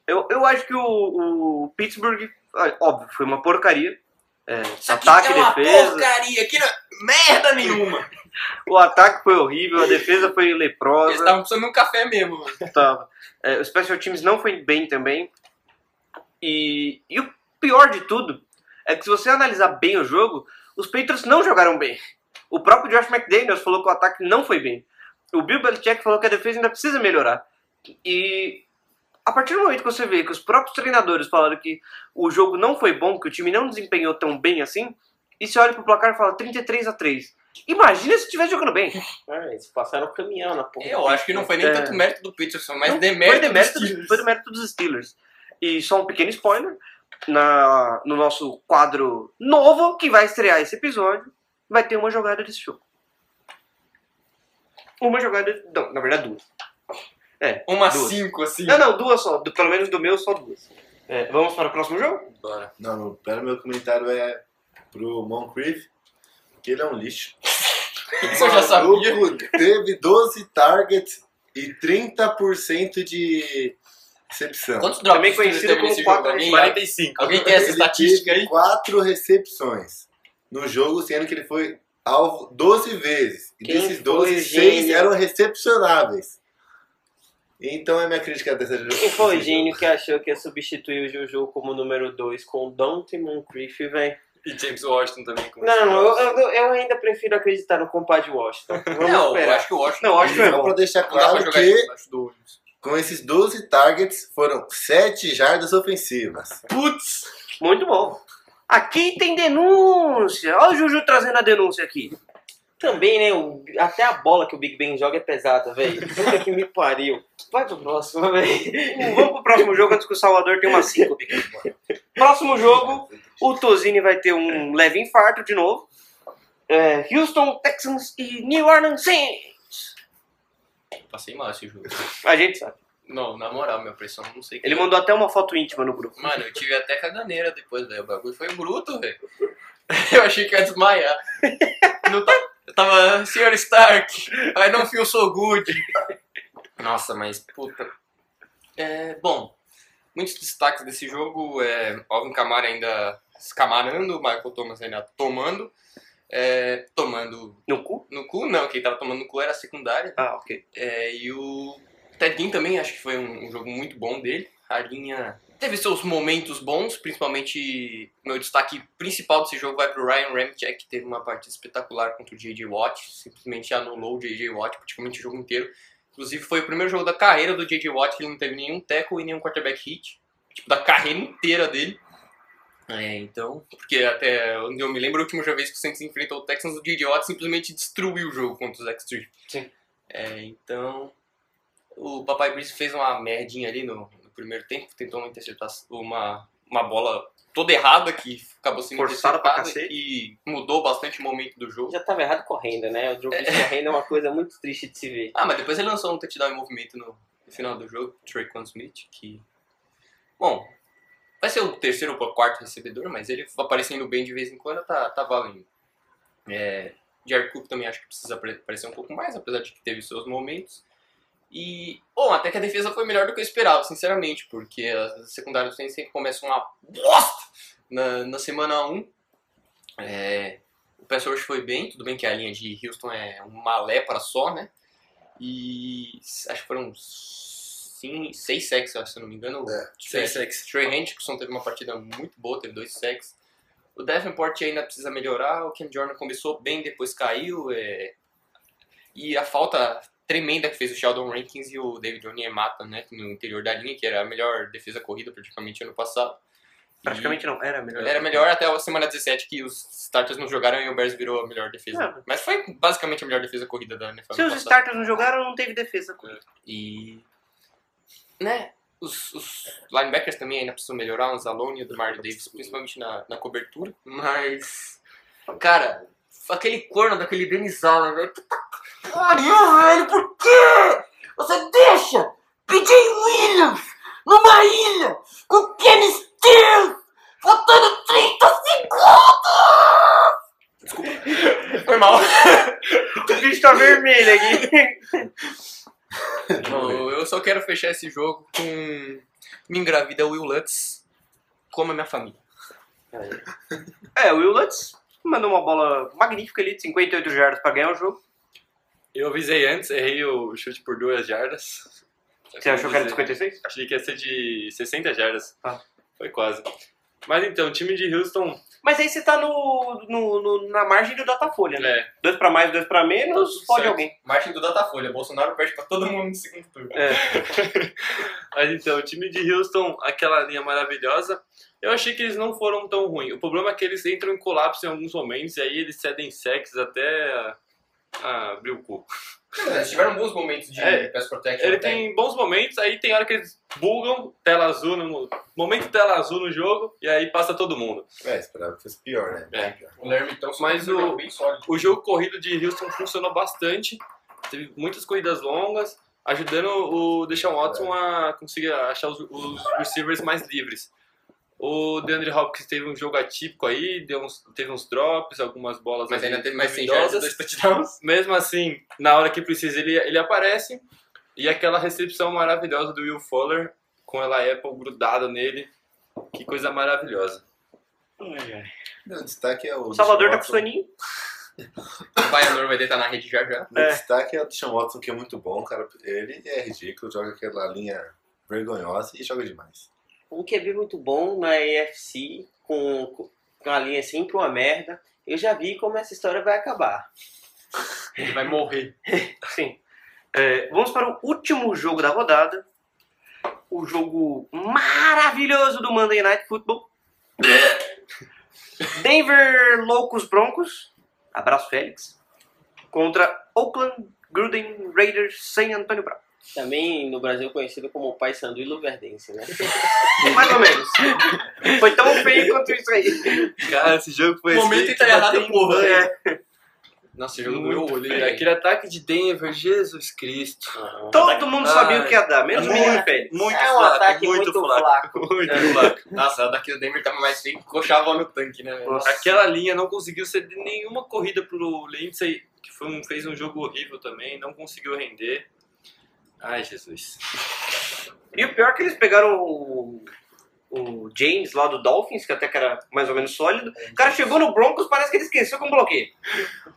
S9: eu, eu acho que o, o Pittsburgh, ah, óbvio, foi uma porcaria. É, ataque, defesa.
S1: porcaria. Aqui não é merda nenhuma.
S9: O ataque foi horrível, a defesa foi
S1: Eles
S9: leprosa.
S1: estavam precisando de um café mesmo. mano.
S9: Tava. É, o Special Teams não foi bem também. E, e o pior de tudo é que se você analisar bem o jogo, os Patriots não jogaram bem. O próprio Josh McDaniels falou que o ataque não foi bem. O Bill Belichick falou que a defesa ainda precisa melhorar. E a partir do momento que você vê que os próprios treinadores falaram que o jogo não foi bom, que o time não desempenhou tão bem assim, e você olha pro placar e fala 33 a 3 Imagina se estivesse jogando bem.
S2: Ah, eles passaram o caminhão na porra.
S1: Eu acho que não foi nem
S9: É.
S1: tanto mérito do Peterson, mas
S9: Não,
S1: demérito,
S9: foi demérito,
S1: dos
S9: dos,
S1: Steelers.
S9: foi demérito dos Steelers. E só um pequeno spoiler, na, no nosso quadro novo, que vai estrear esse episódio, vai ter uma jogada desse jogo. Uma jogada, não, na verdade duas.
S1: Uma
S9: Duas.
S1: 5, assim.
S9: Não, não, duas só, do- pelo menos do meu só duas. É, vamos para o próximo jogo?
S1: Bora.
S3: Não, não, pera, meu comentário é pro Moncrief, que ele é um lixo.
S1: Isso eu já sabia.
S3: Maluco Teve 12 targets e 30% de recepção.
S1: Quantos drops
S9: Também
S1: o Steelers
S9: conhecido
S1: teve
S9: como
S1: nesse jogo?
S9: quatro tipo,
S1: Alguém-
S4: 45.
S1: Alguém tem é essa
S3: Ele
S1: estatística
S3: teve
S1: aí?
S3: Quatro recepções no jogo, sendo que ele foi alvo 12 vezes. E
S2: Quem
S3: desses
S2: foi o
S3: 12, 6
S2: gênio?
S3: eram recepcionáveis. Então é minha crítica dessa
S2: Quem foi o gênio que achou que ia substituir o Juju como número 2 com o Dante Moncrief, velho?
S4: E James Washington também. com-
S2: Não, não, eu, eu, eu ainda prefiro acreditar no compadre *laughs* Washington. Vamos
S1: Não, eu
S2: esperar.
S1: acho que o Washington.
S9: Não, eu acho que é
S3: Só
S9: bom.
S3: pra deixar
S1: Não dá pra
S3: claro
S1: jogar
S3: que
S1: embaixo do ônibus.
S3: com esses 12 targets foram 7 jardas ofensivas.
S9: Putz, muito bom. Aqui tem denúncia. Olha o Juju trazendo a denúncia aqui.
S2: Também, né? o- até a bola que o Big Ben joga é pesada, velho. Puta que me pariu. Vai pro próximo, velho.
S9: Vamos pro próximo jogo antes que o Salvador tenha uma síncope. Próximo jogo, o Tozini vai ter um
S1: É.
S9: leve infarto de novo. É, Houston Texans e New Orleans Saints.
S1: Passei mal esse jogo.
S9: A gente sabe.
S1: Não, na moral, meu pressão, não sei. o que
S9: Ele mandou até uma foto íntima no grupo.
S1: Mano, eu tive até caganeira depois, velho. O bagulho foi bruto, velho. *laughs* Eu achei que ia desmaiar. Não tá- eu tava, Sr. Stark, I don't feel so good. Nossa, mas puta. É, bom, muitos destaques desse jogo. É, Alvin Kamara ainda escamarando, Michael Thomas ainda tomando. É, tomando
S9: No cu?
S1: no cu, não, quem tava tomando no cu era a secundária.
S9: Ah, ok.
S1: É, e o Tedinho também acho que foi um, um jogo muito bom dele. A linha teve seus momentos bons, principalmente meu destaque principal desse jogo vai pro Ryan Ramczyk, que teve uma partida espetacular contra o J.J. Watt, simplesmente anulou o J.J. Watt praticamente o jogo inteiro. Inclusive foi o primeiro jogo da carreira do J.J. Watt que ele não teve nenhum tackle e nenhum quarterback hit, tipo da carreira inteira dele. É, então, porque até onde eu me lembro, a última vez que o Saints enfrentou o Texans, o J.J. Watt simplesmente destruiu o jogo contra os X-Tree. É, então, o Papai Brice fez uma merdinha ali no, no primeiro tempo, tentou uma interceptação, uma, uma bola toda errada que acabou sendo
S9: Forçada pra
S1: interceptada e mudou bastante o momento do jogo.
S2: Já tava errado correndo, né? O jogo correndo é uma coisa muito triste de se ver.
S1: Ah, mas depois ele lançou um touchdown em movimento no, no final do jogo, Traquan Smith, que... Bom, vai ser o terceiro ou quarto recebedor, mas ele aparecendo bem de vez em quando tá, tá valendo. É, Jared Cook também acho que precisa apare- aparecer um pouco mais, apesar de que teve seus momentos. E, bom, até que a defesa foi melhor do que eu esperava, sinceramente, porque a secundária do Saints sempre começa uma bosta na, na semana 1. É, o pass rush foi bem, tudo bem que a linha de Houston é uma lépara só, né? E acho que foram sim, seis sacks, eu acho, se eu não me engano.
S3: É,
S1: seis sacks. Trey Hendrickson teve uma partida muito boa, teve dois sacks. O Davenport ainda precisa melhorar, o Ken Jordan começou bem, depois caiu. é, E a falta tremenda que fez o Sheldon Rankins e o David Onyemata, né, no interior da linha, que era a melhor defesa corrida praticamente ano passado. E-
S9: Praticamente não, era melhor.
S1: era melhor até a semana 17 que os starters não jogaram e o Bears virou a melhor defesa.
S9: É.
S1: Mas foi basicamente a melhor defesa corrida da NFL.
S9: Se os
S1: ano passado.
S9: starters não jogaram, não teve defesa.
S1: E. Né? Os, os linebackers também ainda precisam melhorar, o Zalone e o Demario Davis, principalmente na, na cobertura. Mas. Cara, aquele corno daquele Dennis Allen, velho. Puta que pariu, velho, por quê? Você deixa PJ Williams numa ilha com Kenny Steele faltando 30 segundos! Desculpa. Foi mal.
S9: O bicho *laughs* tá vermelho aqui.
S1: Bom, eu só quero fechar esse jogo com Me Engravida Will Lutz, como a minha família.
S9: É, o Will Lutz mandou uma bola magnífica ali, de 58 jardas pra ganhar o jogo.
S4: Eu avisei antes, errei o chute por duas jardas.
S9: Você achou que era de
S4: Dizer-
S9: 56?
S4: Achei que ia ser de 60 jardas.
S9: Ah.
S4: Foi quase. Mas então, o time de Houston,
S9: Mas aí você tá no, no- no- na margem do Datafolha, né?
S4: é,
S9: Dois pra mais, dois pra menos,
S1: Tá tudo
S9: pode
S1: certo.
S9: alguém.
S1: Martin do Datafolha, Bolsonaro perde pra todo mundo no segundo turno.
S4: mas então, o time de Houston, aquela linha maravilhosa, eu achei que eles não foram tão ruins. O problema é que eles entram em colapso em alguns momentos e aí eles cedem sexos até ah, abrir o cu.
S1: Eles tiveram bons momentos de
S4: É.
S1: pass protection.
S4: Ele
S1: até.
S4: tem bons momentos, aí tem hora que eles bugam, tela azul, no, momento tela azul no jogo, e aí passa todo mundo.
S3: É, esperava que fosse pior, né?
S4: É.
S1: O Lerme então
S4: Mas
S1: sempre
S4: o-
S1: jogou bem sólido.
S4: O jogo corrido de Houston funcionou bastante, teve muitas corridas longas, ajudando o Deshaun Watson a conseguir achar os, os receivers mais livres. O DeAndre Hopkins teve um jogo atípico aí, deu uns- teve uns drops, algumas bolas
S1: Mas
S4: ali
S1: ainda teve mais 100
S4: duvidosas.
S1: jardas e dois *laughs* touchdowns.
S4: Mesmo assim, na hora que precisa, ele, ele aparece. E aquela recepção maravilhosa do Will Fuller, com ela Apple grudada nele. Que coisa maravilhosa.
S3: Não, o destaque é o.
S9: O Salvador tá com
S3: Watson.
S9: soninho.
S1: O Bayern vai tentar na rede já já.
S3: No
S9: É.
S3: destaque é o Deshaun Watson, que é muito bom, cara. Ele é ridículo, joga aquela linha vergonhosa e joga demais.
S2: Um QB muito bom na AFC, com, com a linha sempre uma merda. Eu já vi como essa história vai acabar.
S1: Ele vai morrer.
S9: Sim. É, vamos para o último jogo da rodada. O jogo maravilhoso do Monday Night Football. Denver Loucos Broncos. Abraço, Félix. Contra Oakland Gruden Raiders sem Antônio Brown.
S2: Também no Brasil conhecido como o Pai Sandu e Luverdense, né?
S9: Mais ou menos. Foi tão feio quanto isso aí.
S1: Cara, esse jogo foi assim, tipo,
S2: Momento
S1: escrito
S2: tá
S1: pra
S2: errado,
S1: ter
S2: porra.
S1: banho.
S9: É,
S1: Nossa, esse jogo
S2: Muito
S1: doeu o olho.
S2: bem.
S1: hein? Aquele ataque de Denver, Jesus Cristo.
S9: todo mundo sabia o que ia dar, menos o menino Félix.
S1: Muito
S2: é Ah, um ataque muito, flaco.
S1: Muito flaco. um Nossa, a daqui do Denver tava mais feio que coxava no tanque, né? velho?
S9: Nossa.
S4: Aquela linha não conseguiu ser de nenhuma corrida pro Lindsay, que foi um- fez um jogo horrível também, não conseguiu render. Ai, Jesus.
S9: E o pior é que eles pegaram o, o James lá do Dolphins, que até que era mais ou menos sólido. O cara chegou no Broncos, parece que ele esqueceu como bloqueio.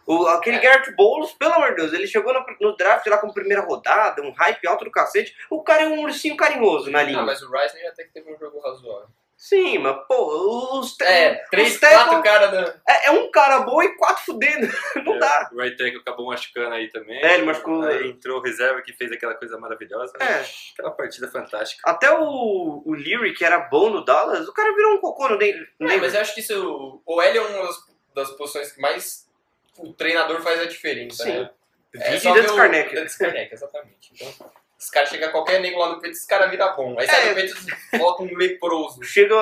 S9: O,
S1: É.
S9: aquele Garrett Bowles, pelo amor de Deus, ele chegou no, no draft lá como primeira rodada, um hype alto do cacete. O cara é um ursinho carinhoso na linha.
S1: Ah, mas o Risner até que teve um jogo razoável.
S9: Sim, mas pô, os
S1: É,
S9: os
S1: três,
S9: tackle-
S1: quatro né? caras da...
S9: é, é um cara bom e quatro fudendo. *laughs*
S1: É.
S9: Não dá.
S4: O right tackle acabou machucando aí também.
S9: É, ele machucou.
S4: Aí entrou o reserva que fez aquela coisa maravilhosa.
S9: É.
S4: Aquela partida fantástica.
S9: Até o, o Leary, que era bom no Dallas, o cara virou um cocô no Denver.
S1: É, mas eu acho que isso... O L é uma das, das posições que mais o treinador faz a diferença,
S9: Sim.
S1: né? É,
S9: Vide
S1: só
S9: Dantes
S1: ver o-
S9: Carneck.
S1: Dantes Carneck, exatamente. Então, os caras chegam a qualquer nego lá no peito, esse cara vira bom. Aí sai
S9: É.
S1: do peito, volta um leproso.
S9: Chega,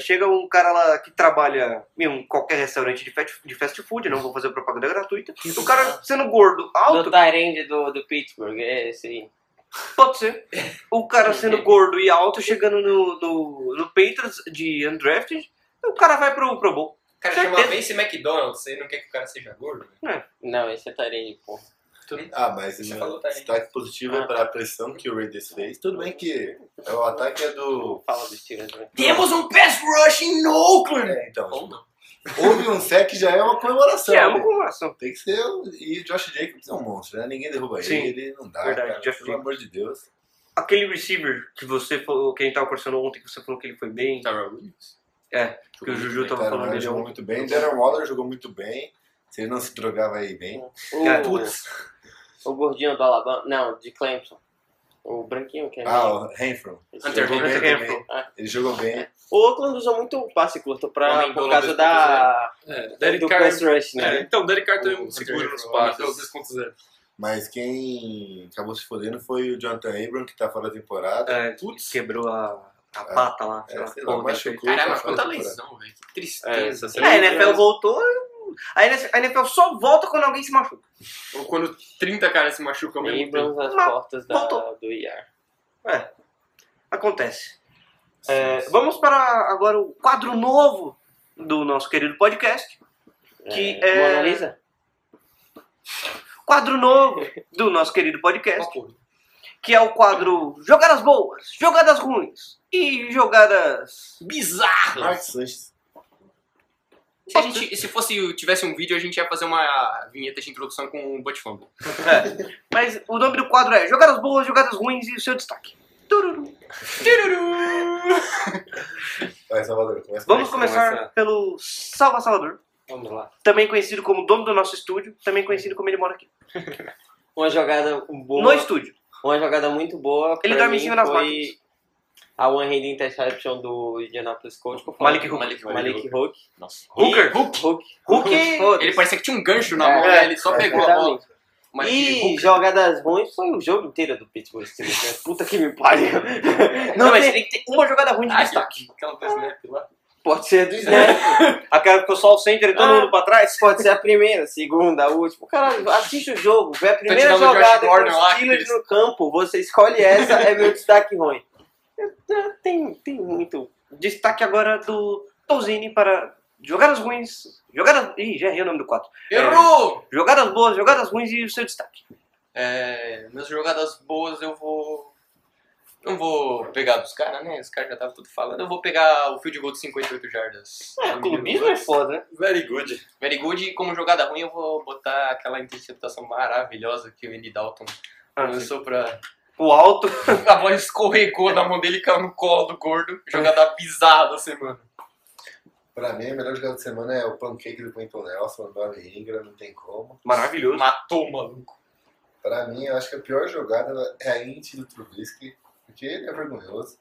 S9: chega um cara lá que trabalha em um- qualquer restaurante de fast, de fast food, não vou fazer propaganda gratuita. O cara sendo gordo,
S2: Do
S9: alto,
S2: Tyrande do, do Pittsburgh, é esse aí.
S9: pode ser. O cara sendo gordo e alto, chegando no, no, no Patriots de Undrafted, o cara vai pro Pro Bowl.
S1: O cara
S9: Certeza.
S1: chama Vince McDonald's, você não quer que o cara seja gordo? né?
S2: Não, esse é Tyrande, pô.
S3: Ah, mas
S1: Você
S3: meu
S1: falou, tá Tarek.
S3: destaque positivo é
S2: Ah.
S3: para a pressão que o Raiders fez. Tudo bem que é o ataque é do.
S2: Fala dos tiros, né?
S1: Temos um pass rush em Oakland!
S3: É, então.
S1: Ou não. um-
S3: Houve um sec já é uma comemoração.
S9: Que é uma
S3: né?
S9: comemoração.
S3: Tem que ser. o- E o Josh Jacobs é um monstro, né? Ninguém derruba
S9: Sim.
S3: ele, ele não dá.
S9: Verdade,
S3: cara.
S9: Josh
S3: Pelo
S9: Jacobs.
S3: amor de Deus.
S9: Aquele receiver que você falou, que a gente tava conversando ontem, que você falou que ele foi bem,
S1: Tara Williams?
S9: que É, o Juju tava
S3: Cara,
S9: falando
S3: Murray
S9: dele
S3: jogou
S9: ontem.
S3: muito bem. Darren Waller jogou muito bem. Se ele não se drogava aí bem.
S9: Cara,
S2: O, o gordinho do Alabama, não, de Clemson. O branquinho que é
S3: Ah, o Renfro.
S2: esse
S1: Hunter
S2: jogo.
S3: Jogou bem
S9: Henry.
S3: também.
S2: Ah.
S3: Ele jogou bem.
S2: O Oakland usou muito o passe curto pra,
S1: Homem
S2: por
S1: bola
S2: causa
S1: 2.0.
S2: da,
S4: É, Derek
S2: do
S4: Carr.
S2: pass rush,
S4: É,
S2: né?
S4: então, Derek Carr também é
S3: O
S4: muito seguro nos
S3: Hunter-
S4: passes. É. 2.0.
S3: Mas quem acabou se fodendo foi o Jonathan Abram, que tá fora da temporada.
S9: É, quebrou a, a pata lá.
S3: É, sei lá,
S9: porra, né?
S3: machucou.
S1: Caramba,
S3: tá fora
S1: quanta
S3: da temporada.
S1: lesão, velho. Que
S4: É,
S1: tristeza.
S4: essa
S9: É, a
S2: né?
S9: NFL
S4: semana-
S9: voltou. A NFL, a NFL só volta quando alguém se machuca.
S1: Ou quando 30 caras se machucam ao mesmo tempo.
S2: Abrams as
S9: Mas
S2: portas da,
S9: voltou.
S2: do IR.
S9: Acontece. É, vamos para agora o quadro novo do nosso querido podcast. Que é-
S2: Mona Lisa?
S9: Quadro novo do nosso querido podcast,
S1: Uma porra.
S9: que é o quadro Jogadas Boas, Jogadas Ruins e Jogadas.
S1: Bizarro!
S9: né?
S3: Mark Sanchez.
S1: Se, a gente, se fosse, tivesse um vídeo, a gente ia fazer uma vinheta de introdução com o Bot Fumble.
S9: Mas o nome do quadro é Jogadas Boas, Jogadas Ruins e o seu destaque. Tururu.
S3: Vai, É, Salvador, começa
S9: Vamos
S3: por
S9: começar
S4: começar.
S9: pelo Salva Salvador,
S2: Vamos lá.
S9: também conhecido como dono do nosso estúdio, também conhecido como ele mora aqui.
S2: Uma jogada
S9: No
S2: boa.
S9: estúdio.
S2: Uma jogada muito boa.
S9: Ele
S2: pra
S9: dorme em
S2: mim
S9: cima das
S2: foi
S9: máquinas.
S2: A One Hand Interception do Indianapolis Colts. que eu falei.
S9: Malik Hooker.
S2: Malik, Malik Hook.
S1: Nossa.
S9: Hooker?
S2: Hook.
S9: Hooker.
S1: Ele parecia que tinha um gancho na
S2: É,
S1: mão, né? Ele só
S3: é,
S1: pegou a bola. Mas tipo,
S2: E
S9: né?
S1: que-
S2: jogadas ruins foi o jogo inteiro do Pittsburgh Steelers. né? Puta que me pariu.
S9: *laughs* Não, mas
S2: tem-
S9: tem que ter uma jogada ruim de
S1: Ah,
S9: destaque. É.
S1: Aquela do snap lá.
S2: Pode ser a do Snap.
S9: Aquela que o pessoal center e todo
S2: Ah.
S9: mundo pra trás.
S2: Pode ser a primeira, a segunda, a última. Caralho, assiste o jogo. Vê a primeira
S1: dando Josh
S2: jogada com
S1: Gordon lá,
S2: os Steelers
S1: aqueles-
S2: no campo. Você escolhe essa, é meu destaque ruim.
S9: Tem, tem muito. Destaque agora do Tolzini para jogadas ruins. Jogadas. Ih, já errei o nome do 4.
S1: Errou!
S9: Jogadas boas, jogadas ruins e o seu destaque.
S1: É, minhas jogadas boas eu vou Não vou pegar dos caras, né? Os caras já estavam tudo falando. Eu vou pegar o field goal de 58 jardas.
S2: É, clubismo é foda, né?
S4: Very good.
S1: Very good. E como jogada ruim, eu vou botar aquela interceptação maravilhosa que o Andy Dalton
S9: Ah,
S1: lançou pra... *laughs*
S9: O alto.
S1: A bola escorregou na mão dele e caiu no colo do gordo. Jogada bizarra da semana.
S3: Pra mim, a melhor jogada da semana é o pancake do Quentin Nelson, do Allen Ingram, não tem como.
S9: Maravilhoso.
S1: Matou o maluco.
S3: Pra mim, eu acho que a pior jogada é a int do Trubisky, porque ele é vergonhoso.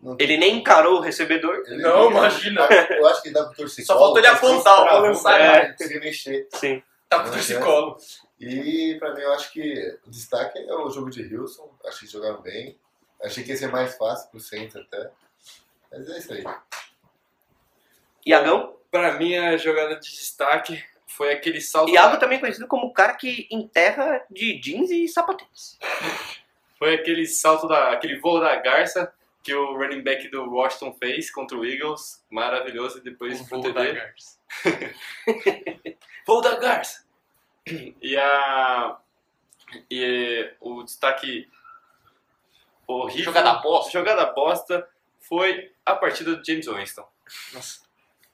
S3: Não tem
S9: Ele nem encarou o recebedor.
S3: Ele-
S1: Não,
S3: ele-
S1: imagina.
S3: Eu acho que ele dá pro torcicolo.
S1: Só faltou ele apontar, eu vou lançar,
S3: É, se mexer.
S9: Sim.
S1: Tá pro torcicolo.
S3: E pra mim, eu acho que o destaque é o jogo de Wilson. Achei que jogaram bem. Achei que ia ser mais fácil pro Saints até. Mas é isso aí.
S9: Iagão.
S4: Pra mim, a jogada de destaque foi aquele salto.
S9: Iago também conhecido como o cara que enterra de jeans e sapatênis.
S4: Foi aquele salto da. aquele voo da garça que o running back do Washington fez contra o Eagles. Maravilhoso. E depois
S9: Um
S4: pro
S1: Vou
S4: TV.
S1: dar Garza.
S4: Voo da garça! E a. E o destaque horrível.
S1: Jogada bosta.
S4: Jogada bosta foi a partida do James Winston.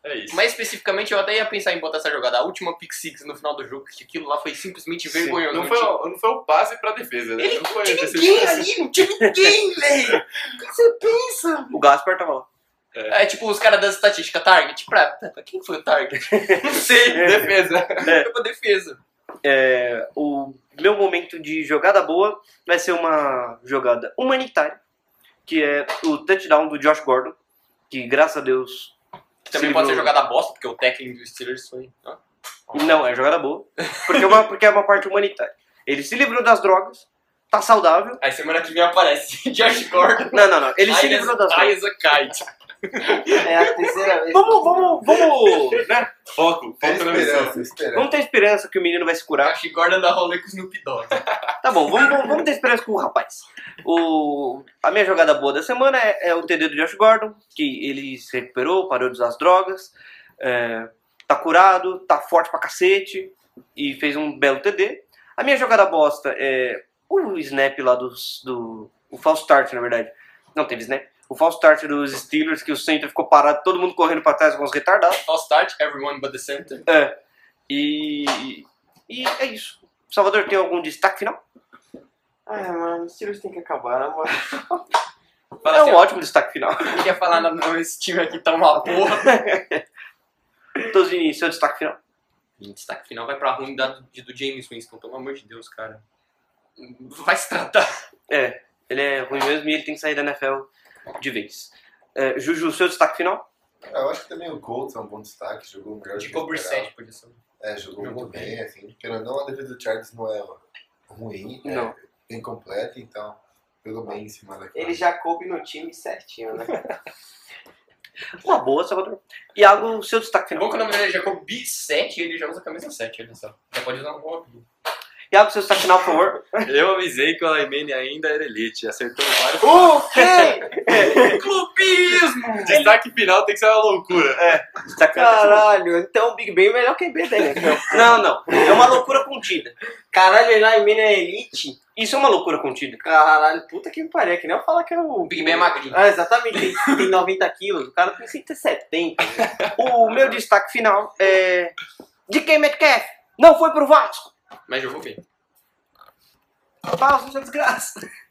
S4: É isso.
S1: Mais especificamente, eu até ia pensar em botar essa jogada, a última pick six no final do jogo, que aquilo lá foi simplesmente
S4: Sim.
S1: vergonhoso.
S4: Não foi, o- não foi o passe pra defesa, né?
S1: Ele
S4: não foi
S1: tinha
S4: desse-
S1: ninguém ali, não tinha
S4: *laughs*
S1: ninguém, velho. O que você pensa?
S9: O Gaspar tava lá.
S1: É tipo os caras das estatísticas, target. Pra, pra- pra quem foi o
S4: *laughs*
S1: target? Não sei, defesa.
S9: É.
S1: Foi pra defesa.
S9: É, o meu momento de jogada boa vai ser uma jogada humanitária, que é o touchdown do Josh Gordon, que graças a Deus
S1: Que também
S9: Sim,
S1: pode ser
S9: viu?
S1: jogada bosta, porque o técnico do Steelers foi. ó.
S9: Não, é jogada boa. Porque é uma, porque é uma parte humanitária. Ele se livrou das drogas, tá saudável.
S1: Aí semana que vem
S4: *laughs*
S1: aparece Josh Gordon.
S9: Não, não, não. Ele
S1: Isaac-
S9: se livrou das drogas.
S1: Isaac Kite.
S2: É a terceira vez.
S9: Vamos, vamos, vamos, né?
S4: Foco,
S3: Tem
S4: foco na
S3: É
S4: missão.
S3: esperança, esperança.
S9: Vamos ter esperança que o menino vai se curar.
S1: Josh Gordon dá rolê com o Snoop Dogg.
S9: Tá bom, vamos, vamos, vamos ter esperança com o rapaz. O, a minha jogada boa da semana é, é o TD do Josh Gordon, que ele se recuperou, parou de usar as drogas, é, tá curado, tá forte pra cacete e fez um belo TD. A minha jogada bosta é o snap lá dos, do. O false start, na verdade. Não teve snap. O false start dos Steelers, que o center ficou parado, todo mundo correndo pra trás com os retardados.
S1: False start, everyone but the center.
S9: E, e é isso. Salvador, tem algum destaque final?
S2: Ah, mano, os tiros tem que acabar, né, na moral.
S1: Fala
S9: é um
S1: assim,
S9: ótimo destaque final. *laughs*
S1: ó, não quer falar nada não, esse time aqui tá uma porra.
S9: Tosini, seu destaque final.
S1: O destaque final vai pra ruim da, de- do James Winston, pelo amor de Deus, cara. Vai se tratar.
S9: É, ele é ruim mesmo e ele tem que sair da NFL de vez. É, Juju, seu destaque final?
S3: Ah, Eu acho que também o Colts é um bom destaque, jogou melhor do que eu
S1: Ficou por
S3: esperava.
S1: 7, podia ser.
S3: É, jogou
S1: Jogou
S3: muito bem, assim. Querendo ou não, a defesa do Chargers não é ruim,
S9: Não.
S3: é bem completa, então jogou bem em cima daquela.
S2: Ele já coube no time certinho, né?
S9: Uma boa, Salvador. Iago, seu destaque
S1: É
S9: final.
S1: *laughs* bom que o nome dele é Jacob B7 e ele já usa a camisa 7, olha só. Já pode usar um bom apelido.
S9: Iago, seu destaque final, por favor.
S4: Eu avisei que o Alaimene ainda era elite. Acertou vários.
S1: *laughs* Clubismo!
S4: Destaque final tem que ser uma loucura.
S9: Destaque final.
S2: Caralho, então o Big Ben é o melhor que B da NFL.
S9: *laughs* Não, não. É uma loucura contida.
S2: então. Caralho, ele lá em Minas é elite.
S9: Isso é uma loucura contida.
S2: Caralho, puta que me pariu. Que nem eu falar que é o...
S1: O Big Ben é magrinho.
S2: Ah, exatamente. Tem, tem 90 quilos. O cara tem 170.
S9: O meu destaque final é. De quem Metcalf? Não foi pro Vasco!
S1: Mas eu vou ver.
S9: Pausa, sua desgraça!